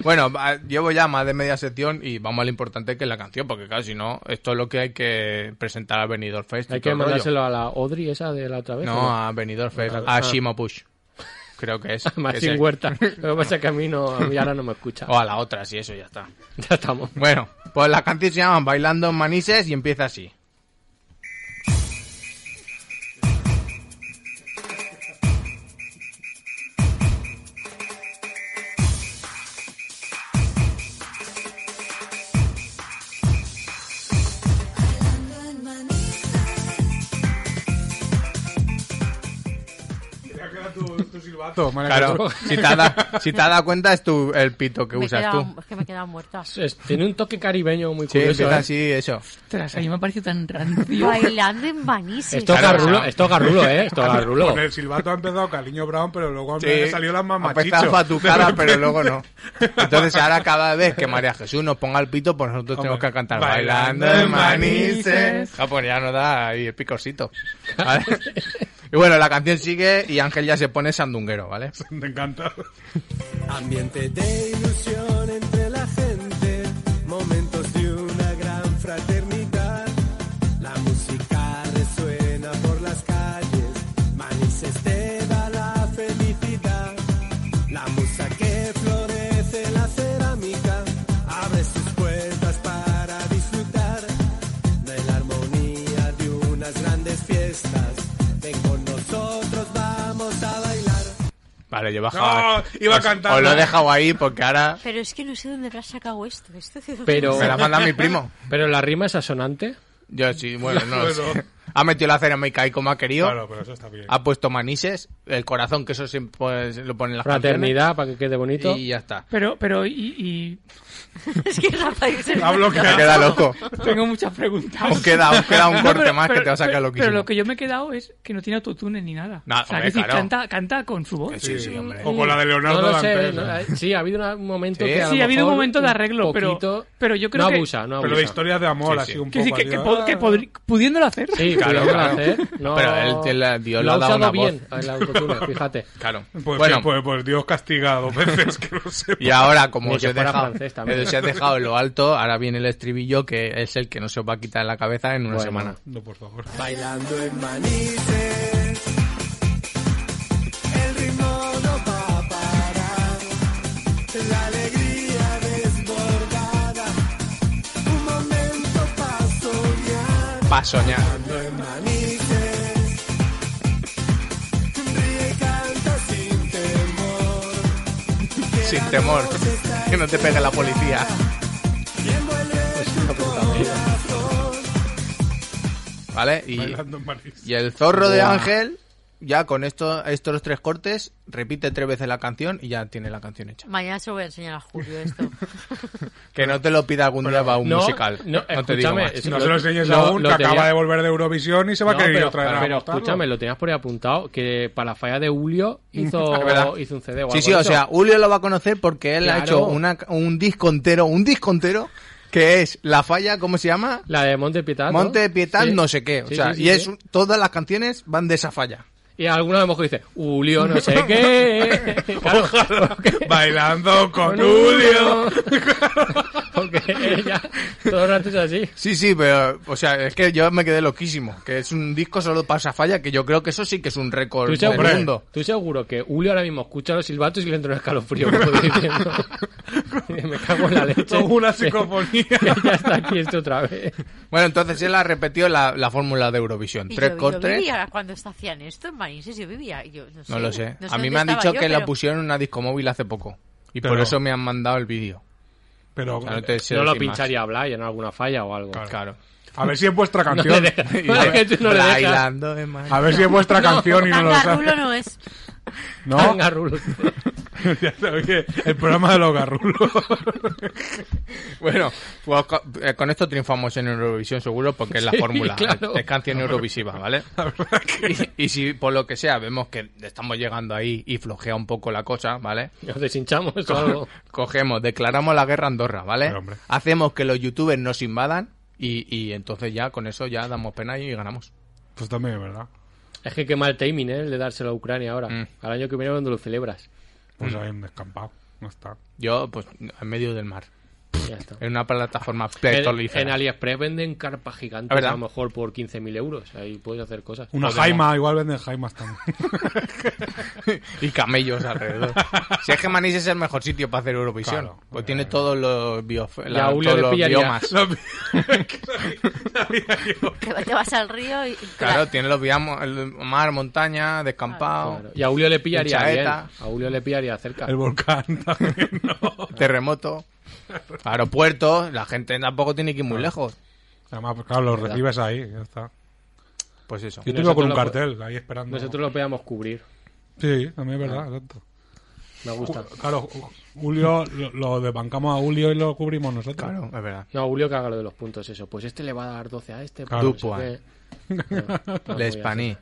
[SPEAKER 4] Bueno, va- llevo ya más de media sección y vamos a lo importante que es la canción, porque claro, si no, esto es lo que hay que presentar a Benidorm Fest. y
[SPEAKER 3] Hay
[SPEAKER 4] todo
[SPEAKER 3] que
[SPEAKER 4] el rollo.
[SPEAKER 3] mandárselo a la Audrey esa de la otra vez. ¿o
[SPEAKER 4] No, a Benidorm Fest, a Shima Push. Creo que es. que
[SPEAKER 3] Más
[SPEAKER 4] es
[SPEAKER 3] sin
[SPEAKER 4] el-
[SPEAKER 3] Ah. huerta. Lo que pasa es que a mí, no, a mí ahora no me escucha.
[SPEAKER 4] O a la otra, si eso ya está.
[SPEAKER 3] Ya estamos.
[SPEAKER 4] Bueno, pues la canción se llama Bailando en Manises y empieza así. Claro, si te has dado, si te has dado cuenta es tu, el pito que
[SPEAKER 6] Me he
[SPEAKER 4] usas
[SPEAKER 6] quedado-
[SPEAKER 4] tú.
[SPEAKER 6] Es que me he quedado muerta.
[SPEAKER 3] Es- tiene un toque caribeño muy
[SPEAKER 4] Sí,
[SPEAKER 3] curioso.
[SPEAKER 4] empieza
[SPEAKER 3] ¿eh?
[SPEAKER 4] así, eso.
[SPEAKER 5] Ostras, a mí me parece tan rancio.
[SPEAKER 6] Bailando en Manises.
[SPEAKER 3] Esto es
[SPEAKER 4] Claro,
[SPEAKER 3] garrulo,
[SPEAKER 4] claro.
[SPEAKER 3] esto es garrulo, ¿eh? Esto es garrulo.
[SPEAKER 2] Con el silbato ha empezado Cariño Brown, pero luego han-
[SPEAKER 4] Sí,
[SPEAKER 2] salió las
[SPEAKER 4] empezaba
[SPEAKER 2] mamachichos.
[SPEAKER 4] fatucada, pero luego no. Entonces ahora cada vez que María Jesús nos ponga el pito, pues nosotros tenemos
[SPEAKER 2] Hombre,
[SPEAKER 4] que cantar
[SPEAKER 2] bailando
[SPEAKER 4] Bailando
[SPEAKER 2] en
[SPEAKER 4] en
[SPEAKER 2] Manises.
[SPEAKER 4] Manises. Ah, pues ya nos da ahí el picorcito. ¿vale? Y bueno, la canción sigue y Ángel ya se pone sandunguero, ¿vale?
[SPEAKER 2] Te encanta.
[SPEAKER 9] Ambiente de ilusión entre la gente, momentos de una gran fraternidad. La música resuena por las calles, Manises te da la felicidad. La musa que florece en la cerámica, abre sus puertas para disfrutar de la armonía de unas grandes fiestas. Ven con nosotros, vamos a bailar.
[SPEAKER 4] Vale, yo he
[SPEAKER 2] No,
[SPEAKER 4] bajado.
[SPEAKER 2] Ah, iba
[SPEAKER 4] Os-
[SPEAKER 2] cantando.
[SPEAKER 4] Os lo he dejado ahí porque ahora
[SPEAKER 6] Pero es que no sé dónde habrás sacado esto. esto de dónde
[SPEAKER 3] Pero-
[SPEAKER 6] lo
[SPEAKER 4] me la manda mi primo.
[SPEAKER 3] Pero la rima es asonante.
[SPEAKER 4] Yo sí, bueno, no lo
[SPEAKER 2] Bueno.
[SPEAKER 4] sé. Ha metido la cerámica ahí como ha querido.
[SPEAKER 2] Claro, pero eso está bien.
[SPEAKER 4] Ha puesto Manises, el corazón, que eso siempre pues, lo ponen las
[SPEAKER 3] Fraternidad, para que quede bonito.
[SPEAKER 4] canciones, Y ya está.
[SPEAKER 5] Pero, pero, y,
[SPEAKER 6] sacas. Es que Rafa dice...
[SPEAKER 2] Ha
[SPEAKER 4] Te
[SPEAKER 2] bloqueado.
[SPEAKER 4] queda loco.
[SPEAKER 5] y tengo muchas preguntas.
[SPEAKER 4] Os queda, os queda un
[SPEAKER 5] No,
[SPEAKER 4] corte
[SPEAKER 5] pero-
[SPEAKER 4] más que
[SPEAKER 5] pero-
[SPEAKER 4] te va a sacar
[SPEAKER 5] pero-
[SPEAKER 4] loquísimo.
[SPEAKER 5] Pero lo que yo me he quedado es que no tiene autotune ni nada.
[SPEAKER 4] Nah,
[SPEAKER 5] o sea,
[SPEAKER 4] hombre,
[SPEAKER 5] que sí,
[SPEAKER 4] claro. Eh,
[SPEAKER 5] canta, canta con su voz.
[SPEAKER 4] Sí, sí, hombre.
[SPEAKER 2] O con la de Leonardo
[SPEAKER 3] no lo sé,
[SPEAKER 2] Dantes,
[SPEAKER 3] no,
[SPEAKER 2] ¿no?
[SPEAKER 3] eh, sí, ha habido una- un momento
[SPEAKER 4] Sí.
[SPEAKER 3] que a
[SPEAKER 5] Sí,
[SPEAKER 3] lo
[SPEAKER 5] ha habido un
[SPEAKER 3] mejor
[SPEAKER 5] momento de arreglo, pero-
[SPEAKER 3] poquito-
[SPEAKER 5] pero yo creo
[SPEAKER 3] no
[SPEAKER 5] que-
[SPEAKER 3] abusa, no abusa.
[SPEAKER 2] Pero de historias de amor,
[SPEAKER 4] Sí,
[SPEAKER 2] así
[SPEAKER 4] sí.
[SPEAKER 2] un
[SPEAKER 5] Que, sí,
[SPEAKER 2] poco.
[SPEAKER 5] que, que
[SPEAKER 2] así,
[SPEAKER 5] pod-
[SPEAKER 2] ah.
[SPEAKER 5] que podri- pudiéndolo hacer.
[SPEAKER 3] Sí,
[SPEAKER 4] Claro,
[SPEAKER 3] pudiéndolo
[SPEAKER 4] claro.
[SPEAKER 3] hacer, no-
[SPEAKER 4] Pero él te la- Dios
[SPEAKER 3] lo
[SPEAKER 4] le
[SPEAKER 3] ha
[SPEAKER 4] ha dado
[SPEAKER 3] usado
[SPEAKER 4] una voz.
[SPEAKER 3] bien el autotune, fíjate.
[SPEAKER 4] Claro.
[SPEAKER 2] Pues,
[SPEAKER 4] bueno,
[SPEAKER 2] pues, pues Dios castiga dos veces, que no sé.
[SPEAKER 4] y ahora, como
[SPEAKER 3] Ni
[SPEAKER 4] os
[SPEAKER 3] que
[SPEAKER 4] he,
[SPEAKER 3] fuera
[SPEAKER 4] dejado,
[SPEAKER 3] francés también.
[SPEAKER 4] eh, os he dejado en lo alto, ahora viene el estribillo que es el que no se os va a quitar en la cabeza en una
[SPEAKER 3] Bueno.
[SPEAKER 4] semana.
[SPEAKER 2] No, por favor.
[SPEAKER 9] Bailando en Manises, el ritmo no va a parar, la alegría desbordada, un momento para soñar.
[SPEAKER 4] Pa' soñar.
[SPEAKER 9] Bailando en Manises, ríe y canta sin temor,
[SPEAKER 4] Sin temor. Que no te pegue la policía.
[SPEAKER 9] y envuelve tu corazón.
[SPEAKER 4] ¿Vale? Y,
[SPEAKER 2] Bailando en París.
[SPEAKER 4] y el zorro de
[SPEAKER 3] Buah.
[SPEAKER 4] Ángel ya con esto, estos tres cortes, repite tres veces la canción y ya tiene la canción hecha.
[SPEAKER 6] Mañana se lo voy a enseñar a Julio esto.
[SPEAKER 4] Que no te lo pida algún día para un
[SPEAKER 3] no,
[SPEAKER 4] musical.
[SPEAKER 3] no, eh,
[SPEAKER 4] te digo
[SPEAKER 3] escúchame,
[SPEAKER 4] más.
[SPEAKER 3] es-
[SPEAKER 2] No
[SPEAKER 3] lo-
[SPEAKER 2] se lo enseñes
[SPEAKER 3] lo-
[SPEAKER 2] aún,
[SPEAKER 3] lo
[SPEAKER 2] que
[SPEAKER 3] tenía-
[SPEAKER 2] acaba de volver de Eurovisión y se va a
[SPEAKER 3] No,
[SPEAKER 2] querer
[SPEAKER 3] pero,
[SPEAKER 2] ir otra vez a
[SPEAKER 3] pero
[SPEAKER 2] votarlo.
[SPEAKER 3] escúchame, lo tenías por ahí apuntado que para la falla de Julio
[SPEAKER 4] Es verdad.
[SPEAKER 3] hizo, hizo un CD. o
[SPEAKER 4] Sí,
[SPEAKER 3] algo
[SPEAKER 4] sí,
[SPEAKER 3] de
[SPEAKER 4] o
[SPEAKER 3] eso.
[SPEAKER 4] sea, Julio lo va a conocer porque él ha
[SPEAKER 3] Claro.
[SPEAKER 4] hecho una, un disco entero, un disco entero, que es La Falla, ¿cómo se llama?
[SPEAKER 3] La de Monte Pietad. ¿no?
[SPEAKER 4] Monte de Pietal,
[SPEAKER 3] Sí.
[SPEAKER 4] no sé qué. O
[SPEAKER 3] Sí,
[SPEAKER 4] sea,
[SPEAKER 3] sí, sí,
[SPEAKER 4] y es
[SPEAKER 3] sí.
[SPEAKER 4] un- todas las canciones van de esa falla.
[SPEAKER 3] Y alguno a lo mejor dice, Julio, no sé qué. Claro, porque-
[SPEAKER 2] Bailando con
[SPEAKER 3] con
[SPEAKER 2] Julio.
[SPEAKER 3] Porque ella, todo el rato es así.
[SPEAKER 4] Sí, sí, pero, o sea, es que yo me quedé loquísimo. Que es un disco solo para esa falla, que yo creo que eso sí que es un récord
[SPEAKER 3] ¿Tú
[SPEAKER 4] del
[SPEAKER 3] seguro,
[SPEAKER 4] mundo.
[SPEAKER 3] tú seguro que Julio ahora mismo escucha los silbatos y le entra un escalofrío. como diciendo, Me cago en la leche.
[SPEAKER 2] Como una psicofonía.
[SPEAKER 3] ya está aquí esto otra vez.
[SPEAKER 4] Bueno, entonces él ha repetido la, la fórmula de Eurovisión.
[SPEAKER 6] Y
[SPEAKER 4] Tres
[SPEAKER 6] yo, yo
[SPEAKER 4] cortes.
[SPEAKER 6] vivía cuando esto hacían esto en Manises, yo vivía. Yo no, sé,
[SPEAKER 4] No lo sé.
[SPEAKER 6] no
[SPEAKER 4] a mí
[SPEAKER 6] dónde
[SPEAKER 4] me han
[SPEAKER 6] estaba
[SPEAKER 4] dicho
[SPEAKER 6] yo,
[SPEAKER 4] que la
[SPEAKER 6] pero-
[SPEAKER 4] pusieron en una disco móvil hace poco. Y por
[SPEAKER 2] Pero-
[SPEAKER 4] eso me han mandado el vídeo.
[SPEAKER 2] Pero eh,
[SPEAKER 4] O sea, no te sé
[SPEAKER 3] eh, no lo
[SPEAKER 4] decir más.
[SPEAKER 3] pincharía a Blay en alguna falla o algo.
[SPEAKER 4] Claro.
[SPEAKER 2] a ver si es vuestra canción.
[SPEAKER 3] le dejas.
[SPEAKER 4] Y
[SPEAKER 3] No,
[SPEAKER 4] de-
[SPEAKER 3] es que tú no le dejas.
[SPEAKER 4] Bailando de mar.
[SPEAKER 2] A ver si es vuestra canción y no lo
[SPEAKER 6] Tangarulo
[SPEAKER 2] sabes.
[SPEAKER 6] no es.
[SPEAKER 2] No,
[SPEAKER 3] Venga, Rulo.
[SPEAKER 2] ya sabes que el programa de los garrulos.
[SPEAKER 4] Bueno, pues co- eh, con esto triunfamos en Eurovisión seguro porque es la
[SPEAKER 3] Sí,
[SPEAKER 4] fórmula.
[SPEAKER 3] claro.
[SPEAKER 4] Es canción eurovisiva, ¿vale? Y, y si por lo que sea vemos que estamos llegando ahí y flojea un poco la cosa, ¿vale?
[SPEAKER 3] Nos deshinchamos o algo.
[SPEAKER 4] Cogemos, declaramos la guerra a Andorra, ¿vale?
[SPEAKER 2] Pero, hombre.
[SPEAKER 4] Hacemos que los youtubers nos invadan y, y entonces ya con eso ya damos pena y ganamos.
[SPEAKER 2] Pues también es verdad.
[SPEAKER 3] Es que qué mal timing, ¿eh? El de dárselo a Ucrania ahora.
[SPEAKER 4] Mm.
[SPEAKER 3] Al año que viene cuando lo celebras.
[SPEAKER 2] Pues hay un descampado. No está.
[SPEAKER 4] Yo, pues, en medio del mar.
[SPEAKER 3] Ya está.
[SPEAKER 4] En una plataforma
[SPEAKER 3] En,
[SPEAKER 4] petrolífera.
[SPEAKER 3] en AliExpress venden carpas gigantes
[SPEAKER 4] La verdad.
[SPEAKER 3] a lo mejor por 15.000 euros. Ahí puedes hacer cosas.
[SPEAKER 2] Una
[SPEAKER 4] Podemos.
[SPEAKER 2] jaima, igual venden jaimas también.
[SPEAKER 4] y camellos alrededor. si es que Manís es el mejor sitio para hacer Eurovisión,
[SPEAKER 2] Claro.
[SPEAKER 4] pues tiene todos los, bio- la-
[SPEAKER 3] a Julio
[SPEAKER 4] todos
[SPEAKER 3] le
[SPEAKER 4] los
[SPEAKER 3] pillaría.
[SPEAKER 4] biomas.
[SPEAKER 6] Que te vas al río y.
[SPEAKER 4] Claro, tiene los biomas, el mar, montaña, descampado,
[SPEAKER 3] Claro. Y a Julio le pillaría bien.
[SPEAKER 4] Chaeta.
[SPEAKER 3] A Julio le pillaría cerca.
[SPEAKER 2] El volcán también, ¿no?
[SPEAKER 4] terremoto, aeropuerto. La gente tampoco tiene que ir muy lejos.
[SPEAKER 2] Además, pues, claro, los recibes ahí, ya está.
[SPEAKER 4] Pues eso.
[SPEAKER 2] Yo te iba
[SPEAKER 3] nosotros
[SPEAKER 2] con un
[SPEAKER 3] lo-
[SPEAKER 2] cartel ahí esperando.
[SPEAKER 3] Nosotros lo podíamos cubrir.
[SPEAKER 2] Sí, también es verdad, exacto.
[SPEAKER 3] Ah, Me gusta.
[SPEAKER 2] Claro, Julio, lo, lo desbancamos a Julio y lo cubrimos nosotros.
[SPEAKER 4] Claro, es verdad.
[SPEAKER 3] No, Julio que haga lo de los puntos, eso. Pues este le va a dar 12 a este.
[SPEAKER 2] Claro.
[SPEAKER 3] pues no sé qué. No, no, muy
[SPEAKER 4] Le
[SPEAKER 3] bien.
[SPEAKER 4] Espaní,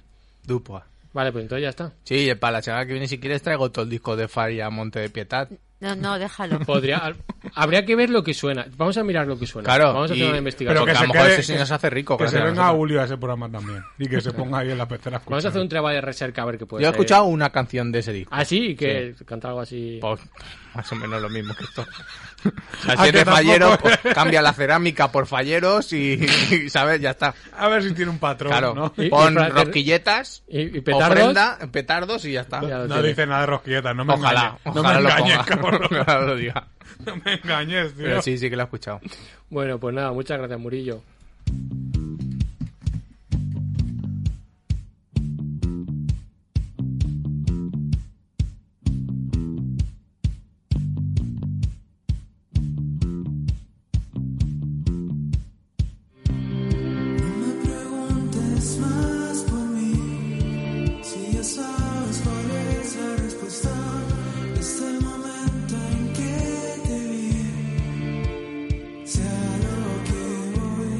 [SPEAKER 4] Dupua.
[SPEAKER 3] Vale, pues entonces ya está.
[SPEAKER 4] Sí, para la semana que viene, si quieres, traigo todo el disco de Faria Monte de Pietad.
[SPEAKER 6] No, no, déjalo.
[SPEAKER 3] Podría, al- habría que ver lo que suena. Vamos a mirar lo que suena.
[SPEAKER 4] Claro,
[SPEAKER 3] Vamos a hacer
[SPEAKER 4] y-
[SPEAKER 3] una investigación.
[SPEAKER 4] Porque
[SPEAKER 2] que
[SPEAKER 4] a
[SPEAKER 2] se
[SPEAKER 4] lo mejor
[SPEAKER 2] quede-
[SPEAKER 4] ese señor se hace rico.
[SPEAKER 2] Que se
[SPEAKER 4] gracias a
[SPEAKER 2] venga
[SPEAKER 4] nosotros.
[SPEAKER 2] Julio a ese programa también. Y que se ponga ahí en la pecera. a
[SPEAKER 3] Vamos a hacer un
[SPEAKER 2] escuchar.
[SPEAKER 3] trabajo de recerca a ver qué puede
[SPEAKER 4] Yo he
[SPEAKER 3] ser.
[SPEAKER 4] escuchado una canción de ese disco.
[SPEAKER 3] Ah, sí, que canta algo así.
[SPEAKER 4] Pues, más o menos lo mismo que esto. O sea,
[SPEAKER 2] Ah,
[SPEAKER 4] si
[SPEAKER 2] que
[SPEAKER 4] eres
[SPEAKER 2] tampoco-
[SPEAKER 4] fallero, pues, cambia la cerámica por falleros y, y, ¿sabes? Ya está.
[SPEAKER 2] A ver si tiene un patrón,
[SPEAKER 4] Claro.
[SPEAKER 2] ¿no?
[SPEAKER 3] Y-
[SPEAKER 4] Pon
[SPEAKER 3] y para hacer-
[SPEAKER 4] rosquilletas,
[SPEAKER 3] y- y petardos.
[SPEAKER 4] ofrenda, petardos y ya está.
[SPEAKER 3] Ya lo
[SPEAKER 2] No
[SPEAKER 3] tiene.
[SPEAKER 2] dice nada de rosquilletas, no me
[SPEAKER 4] Ojalá,
[SPEAKER 2] engañes. no
[SPEAKER 4] ojalá
[SPEAKER 2] me engañes,
[SPEAKER 4] lo ponga.
[SPEAKER 2] cabrón.
[SPEAKER 4] Ojalá lo diga.
[SPEAKER 2] No me engañes, tío.
[SPEAKER 4] Pero sí, sí que lo he escuchado.
[SPEAKER 3] Bueno, pues nada, muchas gracias, Murillo.
[SPEAKER 7] Será lo que voy,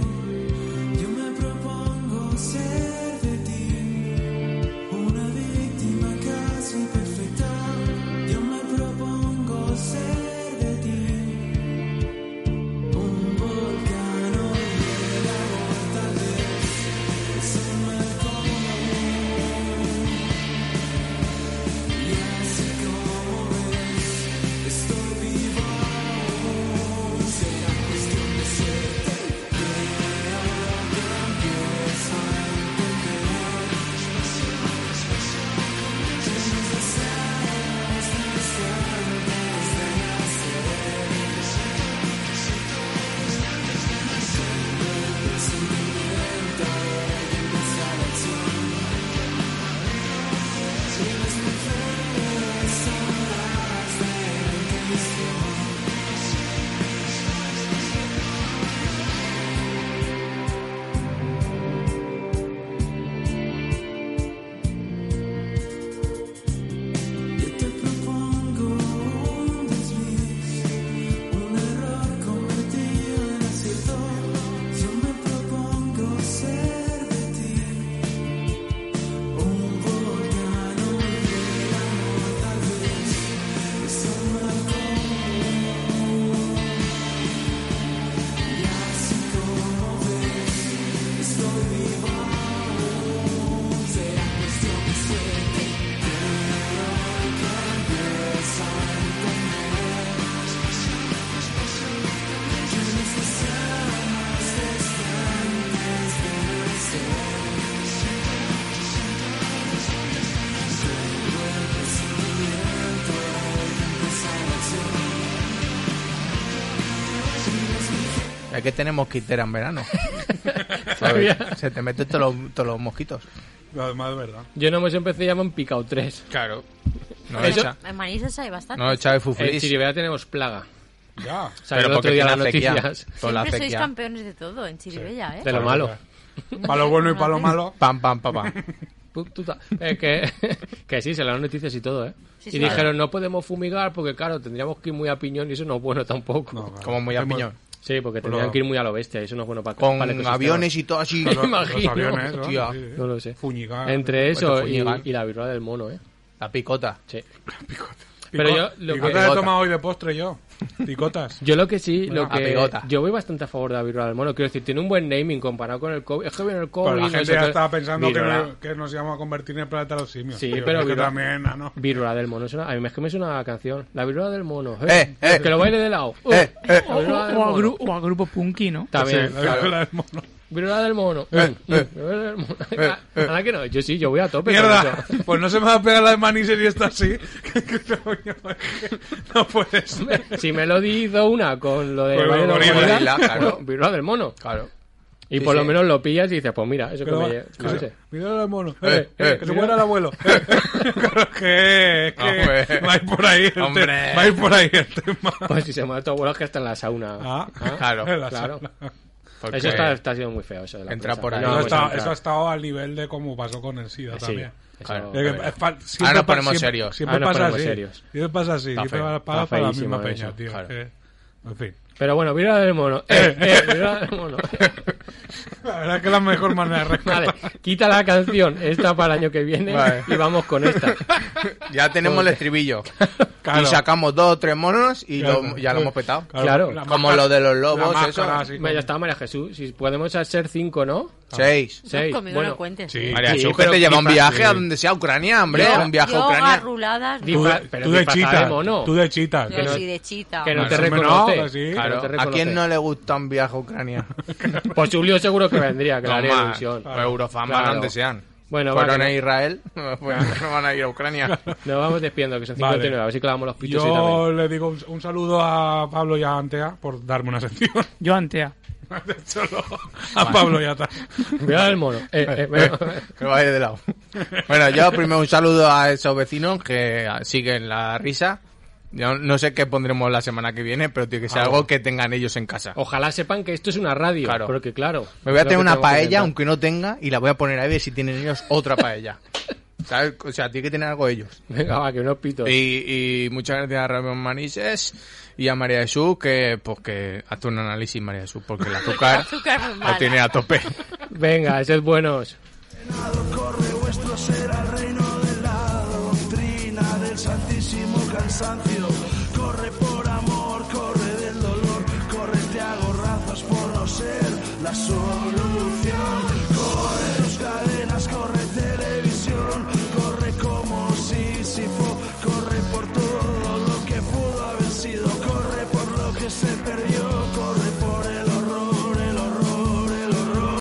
[SPEAKER 4] Es que tenemos quitera en verano.
[SPEAKER 3] Sabía.
[SPEAKER 4] Se te meten todos los, todos los mosquitos.
[SPEAKER 2] Además, es verdad.
[SPEAKER 3] Yo no me empecé llaman Picao 3.
[SPEAKER 4] Claro. No
[SPEAKER 6] Pero
[SPEAKER 4] echa.
[SPEAKER 6] En Manises hay bastante.
[SPEAKER 4] No echa de
[SPEAKER 3] En
[SPEAKER 4] fufulis.
[SPEAKER 3] Chirivera tenemos plaga.
[SPEAKER 2] Ya.
[SPEAKER 3] Salió el otro día las noticias.
[SPEAKER 4] Toda la
[SPEAKER 6] Siempre sois
[SPEAKER 4] acequia.
[SPEAKER 6] campeones de todo en Chiribella, ¿eh?
[SPEAKER 3] De lo malo.
[SPEAKER 2] Para lo bueno y para lo malo.
[SPEAKER 4] Pam, pam, pam, pam.
[SPEAKER 3] Pu- tuta. Eh, que, que sí, se las noticias y todo, ¿eh?
[SPEAKER 6] Sí,
[SPEAKER 3] y
[SPEAKER 6] sí.
[SPEAKER 3] dijeron, no podemos fumigar porque, claro, tendríamos que ir muy a piñón y eso no es bueno tampoco.
[SPEAKER 2] No, claro.
[SPEAKER 4] Como muy a piñón.
[SPEAKER 3] Sí, porque tendrían
[SPEAKER 2] lo-
[SPEAKER 3] que ir muy a lo bestia y eso no es bueno para
[SPEAKER 4] Con
[SPEAKER 3] para el ecosistema.
[SPEAKER 4] aviones y todo así.
[SPEAKER 3] Los-
[SPEAKER 2] Los
[SPEAKER 3] Imagino.
[SPEAKER 2] aviones, ¿no?
[SPEAKER 4] Hostia.
[SPEAKER 2] Sí, sí.
[SPEAKER 3] No lo sé.
[SPEAKER 2] Fuñigar.
[SPEAKER 3] Entre eso y,
[SPEAKER 4] fuñigar.
[SPEAKER 3] y la viruela del mono, ¿eh?
[SPEAKER 4] La picota.
[SPEAKER 3] Sí.
[SPEAKER 2] Pico-
[SPEAKER 3] Pero yo lo
[SPEAKER 2] picotas
[SPEAKER 3] que-
[SPEAKER 2] he tomado hoy de postre yo. Picotas.
[SPEAKER 3] Yo lo que sí, lo
[SPEAKER 4] Bueno,
[SPEAKER 3] que
[SPEAKER 4] amigota.
[SPEAKER 3] yo voy bastante a favor de la viruela del mono. Quiero decir, tiene un buen naming comparado con el COVID. Es que viene el COVID.
[SPEAKER 2] Pero la
[SPEAKER 3] no
[SPEAKER 2] gente
[SPEAKER 3] sé
[SPEAKER 2] ya
[SPEAKER 3] qué.
[SPEAKER 2] estaba pensando que,
[SPEAKER 3] Viruela-
[SPEAKER 2] no- que nos íbamos a convertir en el planeta de los simios.
[SPEAKER 3] Sí,
[SPEAKER 2] tío.
[SPEAKER 3] pero
[SPEAKER 2] Es que
[SPEAKER 3] viruela-
[SPEAKER 2] también, ah, no.
[SPEAKER 3] Viruela del mono. Suena- a mí es que me suena la canción. La viruela del mono.
[SPEAKER 4] Eh, eh.
[SPEAKER 3] que lo baile de lado.
[SPEAKER 4] Eh, eh.
[SPEAKER 5] O,
[SPEAKER 3] La viruela del
[SPEAKER 5] o- o a
[SPEAKER 3] mono.
[SPEAKER 5] gru- o a grupo punky, ¿no?
[SPEAKER 3] También.
[SPEAKER 2] Sí, la viruela del mono.
[SPEAKER 3] Viruela del mono.
[SPEAKER 4] Eh,
[SPEAKER 3] Mm,
[SPEAKER 4] eh.
[SPEAKER 3] viruela del mono. Ahora que no. Yo sí, yo voy a tope. con
[SPEAKER 2] Mierda,
[SPEAKER 3] eso.
[SPEAKER 2] pues no se me va a pegar la de Manises y está así. no puedes.
[SPEAKER 3] Si Melody hizo una con lo de
[SPEAKER 2] Con lo
[SPEAKER 3] baile de
[SPEAKER 2] gorila.
[SPEAKER 3] gorila,
[SPEAKER 4] Gorila, claro.
[SPEAKER 3] bueno, Viruela del mono.
[SPEAKER 4] Claro.
[SPEAKER 3] Y
[SPEAKER 4] Sí,
[SPEAKER 3] por lo
[SPEAKER 4] sí.
[SPEAKER 3] menos lo pillas y dices, pues mira, eso que
[SPEAKER 2] Pero
[SPEAKER 3] me
[SPEAKER 2] va,
[SPEAKER 3] lle-
[SPEAKER 2] que
[SPEAKER 3] yo qué
[SPEAKER 2] se-
[SPEAKER 3] sé.
[SPEAKER 2] Mira al mono.
[SPEAKER 4] Eh,
[SPEAKER 2] Eh,
[SPEAKER 4] eh,
[SPEAKER 2] que se
[SPEAKER 4] mira.
[SPEAKER 2] muera el abuelo. Ah, pues. Eh, claro que, es que
[SPEAKER 4] Hombre.
[SPEAKER 2] va a ir por ahí el tema.
[SPEAKER 4] Hombre.
[SPEAKER 2] Va a ir por ahí el tema.
[SPEAKER 3] Pues si se muere tu abuelo es que está en la sauna.
[SPEAKER 2] Ah,
[SPEAKER 4] claro,
[SPEAKER 2] en la
[SPEAKER 3] claro.
[SPEAKER 2] sala.
[SPEAKER 4] Porque-
[SPEAKER 3] Eso está, está siendo muy feo. Eso de la
[SPEAKER 4] Entra
[SPEAKER 3] prensa.
[SPEAKER 4] por ahí.
[SPEAKER 3] No,
[SPEAKER 2] Eso,
[SPEAKER 4] pues
[SPEAKER 3] vamos a
[SPEAKER 2] está-
[SPEAKER 4] entrar.
[SPEAKER 2] eso ha estado al nivel de como pasó con el SIDA
[SPEAKER 3] Sí,
[SPEAKER 2] también.
[SPEAKER 3] eso-
[SPEAKER 4] Claro.
[SPEAKER 2] Eh, que, eh, fa- siempre
[SPEAKER 4] Ahora nos
[SPEAKER 2] pa-
[SPEAKER 4] ponemos
[SPEAKER 2] siempre-
[SPEAKER 4] serios.
[SPEAKER 2] Siempre
[SPEAKER 3] Ahora nos
[SPEAKER 2] pasa
[SPEAKER 3] ponemos
[SPEAKER 2] así.
[SPEAKER 3] serios.
[SPEAKER 2] Siempre pasa así.
[SPEAKER 4] Está
[SPEAKER 2] Siempre
[SPEAKER 4] feo,
[SPEAKER 2] va- para,
[SPEAKER 3] está
[SPEAKER 2] para la
[SPEAKER 3] feísimo
[SPEAKER 2] misma peña,
[SPEAKER 3] eso,
[SPEAKER 2] tío.
[SPEAKER 3] claro.
[SPEAKER 2] Eh, en fin.
[SPEAKER 3] Pero bueno, viruela del mono. Eh, eh, viruela del mono.
[SPEAKER 2] La verdad es que es la mejor manera de
[SPEAKER 3] Vale,
[SPEAKER 2] rescatar.
[SPEAKER 3] quita la canción, esta para el año que viene
[SPEAKER 4] Vale.
[SPEAKER 3] y vamos con esta.
[SPEAKER 4] Ya tenemos el estribillo.
[SPEAKER 2] Claro.
[SPEAKER 4] Y sacamos dos o tres monos y
[SPEAKER 2] Claro.
[SPEAKER 4] lo- ya lo hemos petado.
[SPEAKER 3] Claro.
[SPEAKER 2] la
[SPEAKER 4] Como
[SPEAKER 2] máscara-
[SPEAKER 4] lo de los
[SPEAKER 2] la
[SPEAKER 4] lobos,
[SPEAKER 2] máscara,
[SPEAKER 4] eso.
[SPEAKER 2] así Ah.
[SPEAKER 3] Bueno, Ya está María Jesús, si podemos ser cinco, ¿no?
[SPEAKER 4] Seis.
[SPEAKER 3] Seis.
[SPEAKER 6] Conmigo
[SPEAKER 3] Bueno,
[SPEAKER 6] no cuentes.
[SPEAKER 2] Sí.
[SPEAKER 4] María
[SPEAKER 3] Sí,
[SPEAKER 4] Jesús, que
[SPEAKER 3] pero
[SPEAKER 4] te lleva un
[SPEAKER 3] flipa-
[SPEAKER 4] viaje a
[SPEAKER 2] sí.
[SPEAKER 4] donde sea Ucrania, hombre.
[SPEAKER 6] Yo-
[SPEAKER 4] un viaje a
[SPEAKER 6] yo
[SPEAKER 4] Ucrania.
[SPEAKER 6] arruladas,
[SPEAKER 3] Di-
[SPEAKER 2] Tú
[SPEAKER 3] Disfra-
[SPEAKER 2] de,
[SPEAKER 3] pero
[SPEAKER 2] tú de
[SPEAKER 3] disfrazada
[SPEAKER 2] chita,
[SPEAKER 3] de mono.
[SPEAKER 2] tú de chita.
[SPEAKER 6] yo
[SPEAKER 3] que no-
[SPEAKER 6] sí, de chita.
[SPEAKER 3] que no
[SPEAKER 2] Bueno,
[SPEAKER 3] te
[SPEAKER 2] hombre,
[SPEAKER 3] reconoce.
[SPEAKER 2] no, que sí.
[SPEAKER 3] Claro, te
[SPEAKER 4] ¿A
[SPEAKER 3] reconoce.
[SPEAKER 4] quién no le gusta un viaje a Ucrania?
[SPEAKER 3] Pues Julio seguro que vendría, que le haría
[SPEAKER 4] Toma,
[SPEAKER 3] ilusión.
[SPEAKER 2] pues,
[SPEAKER 4] los Eurofan van
[SPEAKER 3] Claro.
[SPEAKER 4] a donde sean.
[SPEAKER 3] Bueno,
[SPEAKER 4] Fueron
[SPEAKER 3] va,
[SPEAKER 4] a
[SPEAKER 3] que
[SPEAKER 4] Israel, pues no van a ir a Ucrania.
[SPEAKER 3] Nos vamos despidiendo, que son
[SPEAKER 2] Vale.
[SPEAKER 3] 59, a ver si clavamos los pitos hoy también.
[SPEAKER 2] eh, Yo le digo un, un saludo a Pablo y a Antea por darme una sección.
[SPEAKER 5] Yo antea.
[SPEAKER 2] Solo a Pablo y a Ta-
[SPEAKER 3] Viruela del mono. Eh, eh, bueno.
[SPEAKER 4] que vaya de lado. Bueno, yo primero un saludo a esos vecinos que siguen la risa. Yo no sé qué pondremos la semana que viene, pero tiene que ser algo que tengan ellos en casa.
[SPEAKER 3] Ojalá sepan que esto es una radio,
[SPEAKER 4] Claro.
[SPEAKER 3] porque claro.
[SPEAKER 4] Me voy a
[SPEAKER 3] es lo que
[SPEAKER 4] tener una
[SPEAKER 3] tenemos que
[SPEAKER 4] paella,
[SPEAKER 3] inventar.
[SPEAKER 4] aunque no tenga, y la voy a poner a ver si tienen ellos otra paella. ¿Sabes? O sea, tiene que tener algo ellos.
[SPEAKER 3] Venga, va, que unos pitos.
[SPEAKER 4] Y, y muchas gracias a Ramón Manises y a María Jesús, que pues que hace un análisis María Jesús, porque el azúcar,
[SPEAKER 6] Azúcar muy
[SPEAKER 4] la
[SPEAKER 6] mala.
[SPEAKER 4] tiene a tope.
[SPEAKER 3] Venga, sed buenos.
[SPEAKER 7] Corre vuestro ser al reino de la doctrina del santísimo cansancio. Corre por amor, corre del dolor, corre te hago razas por no ser la solo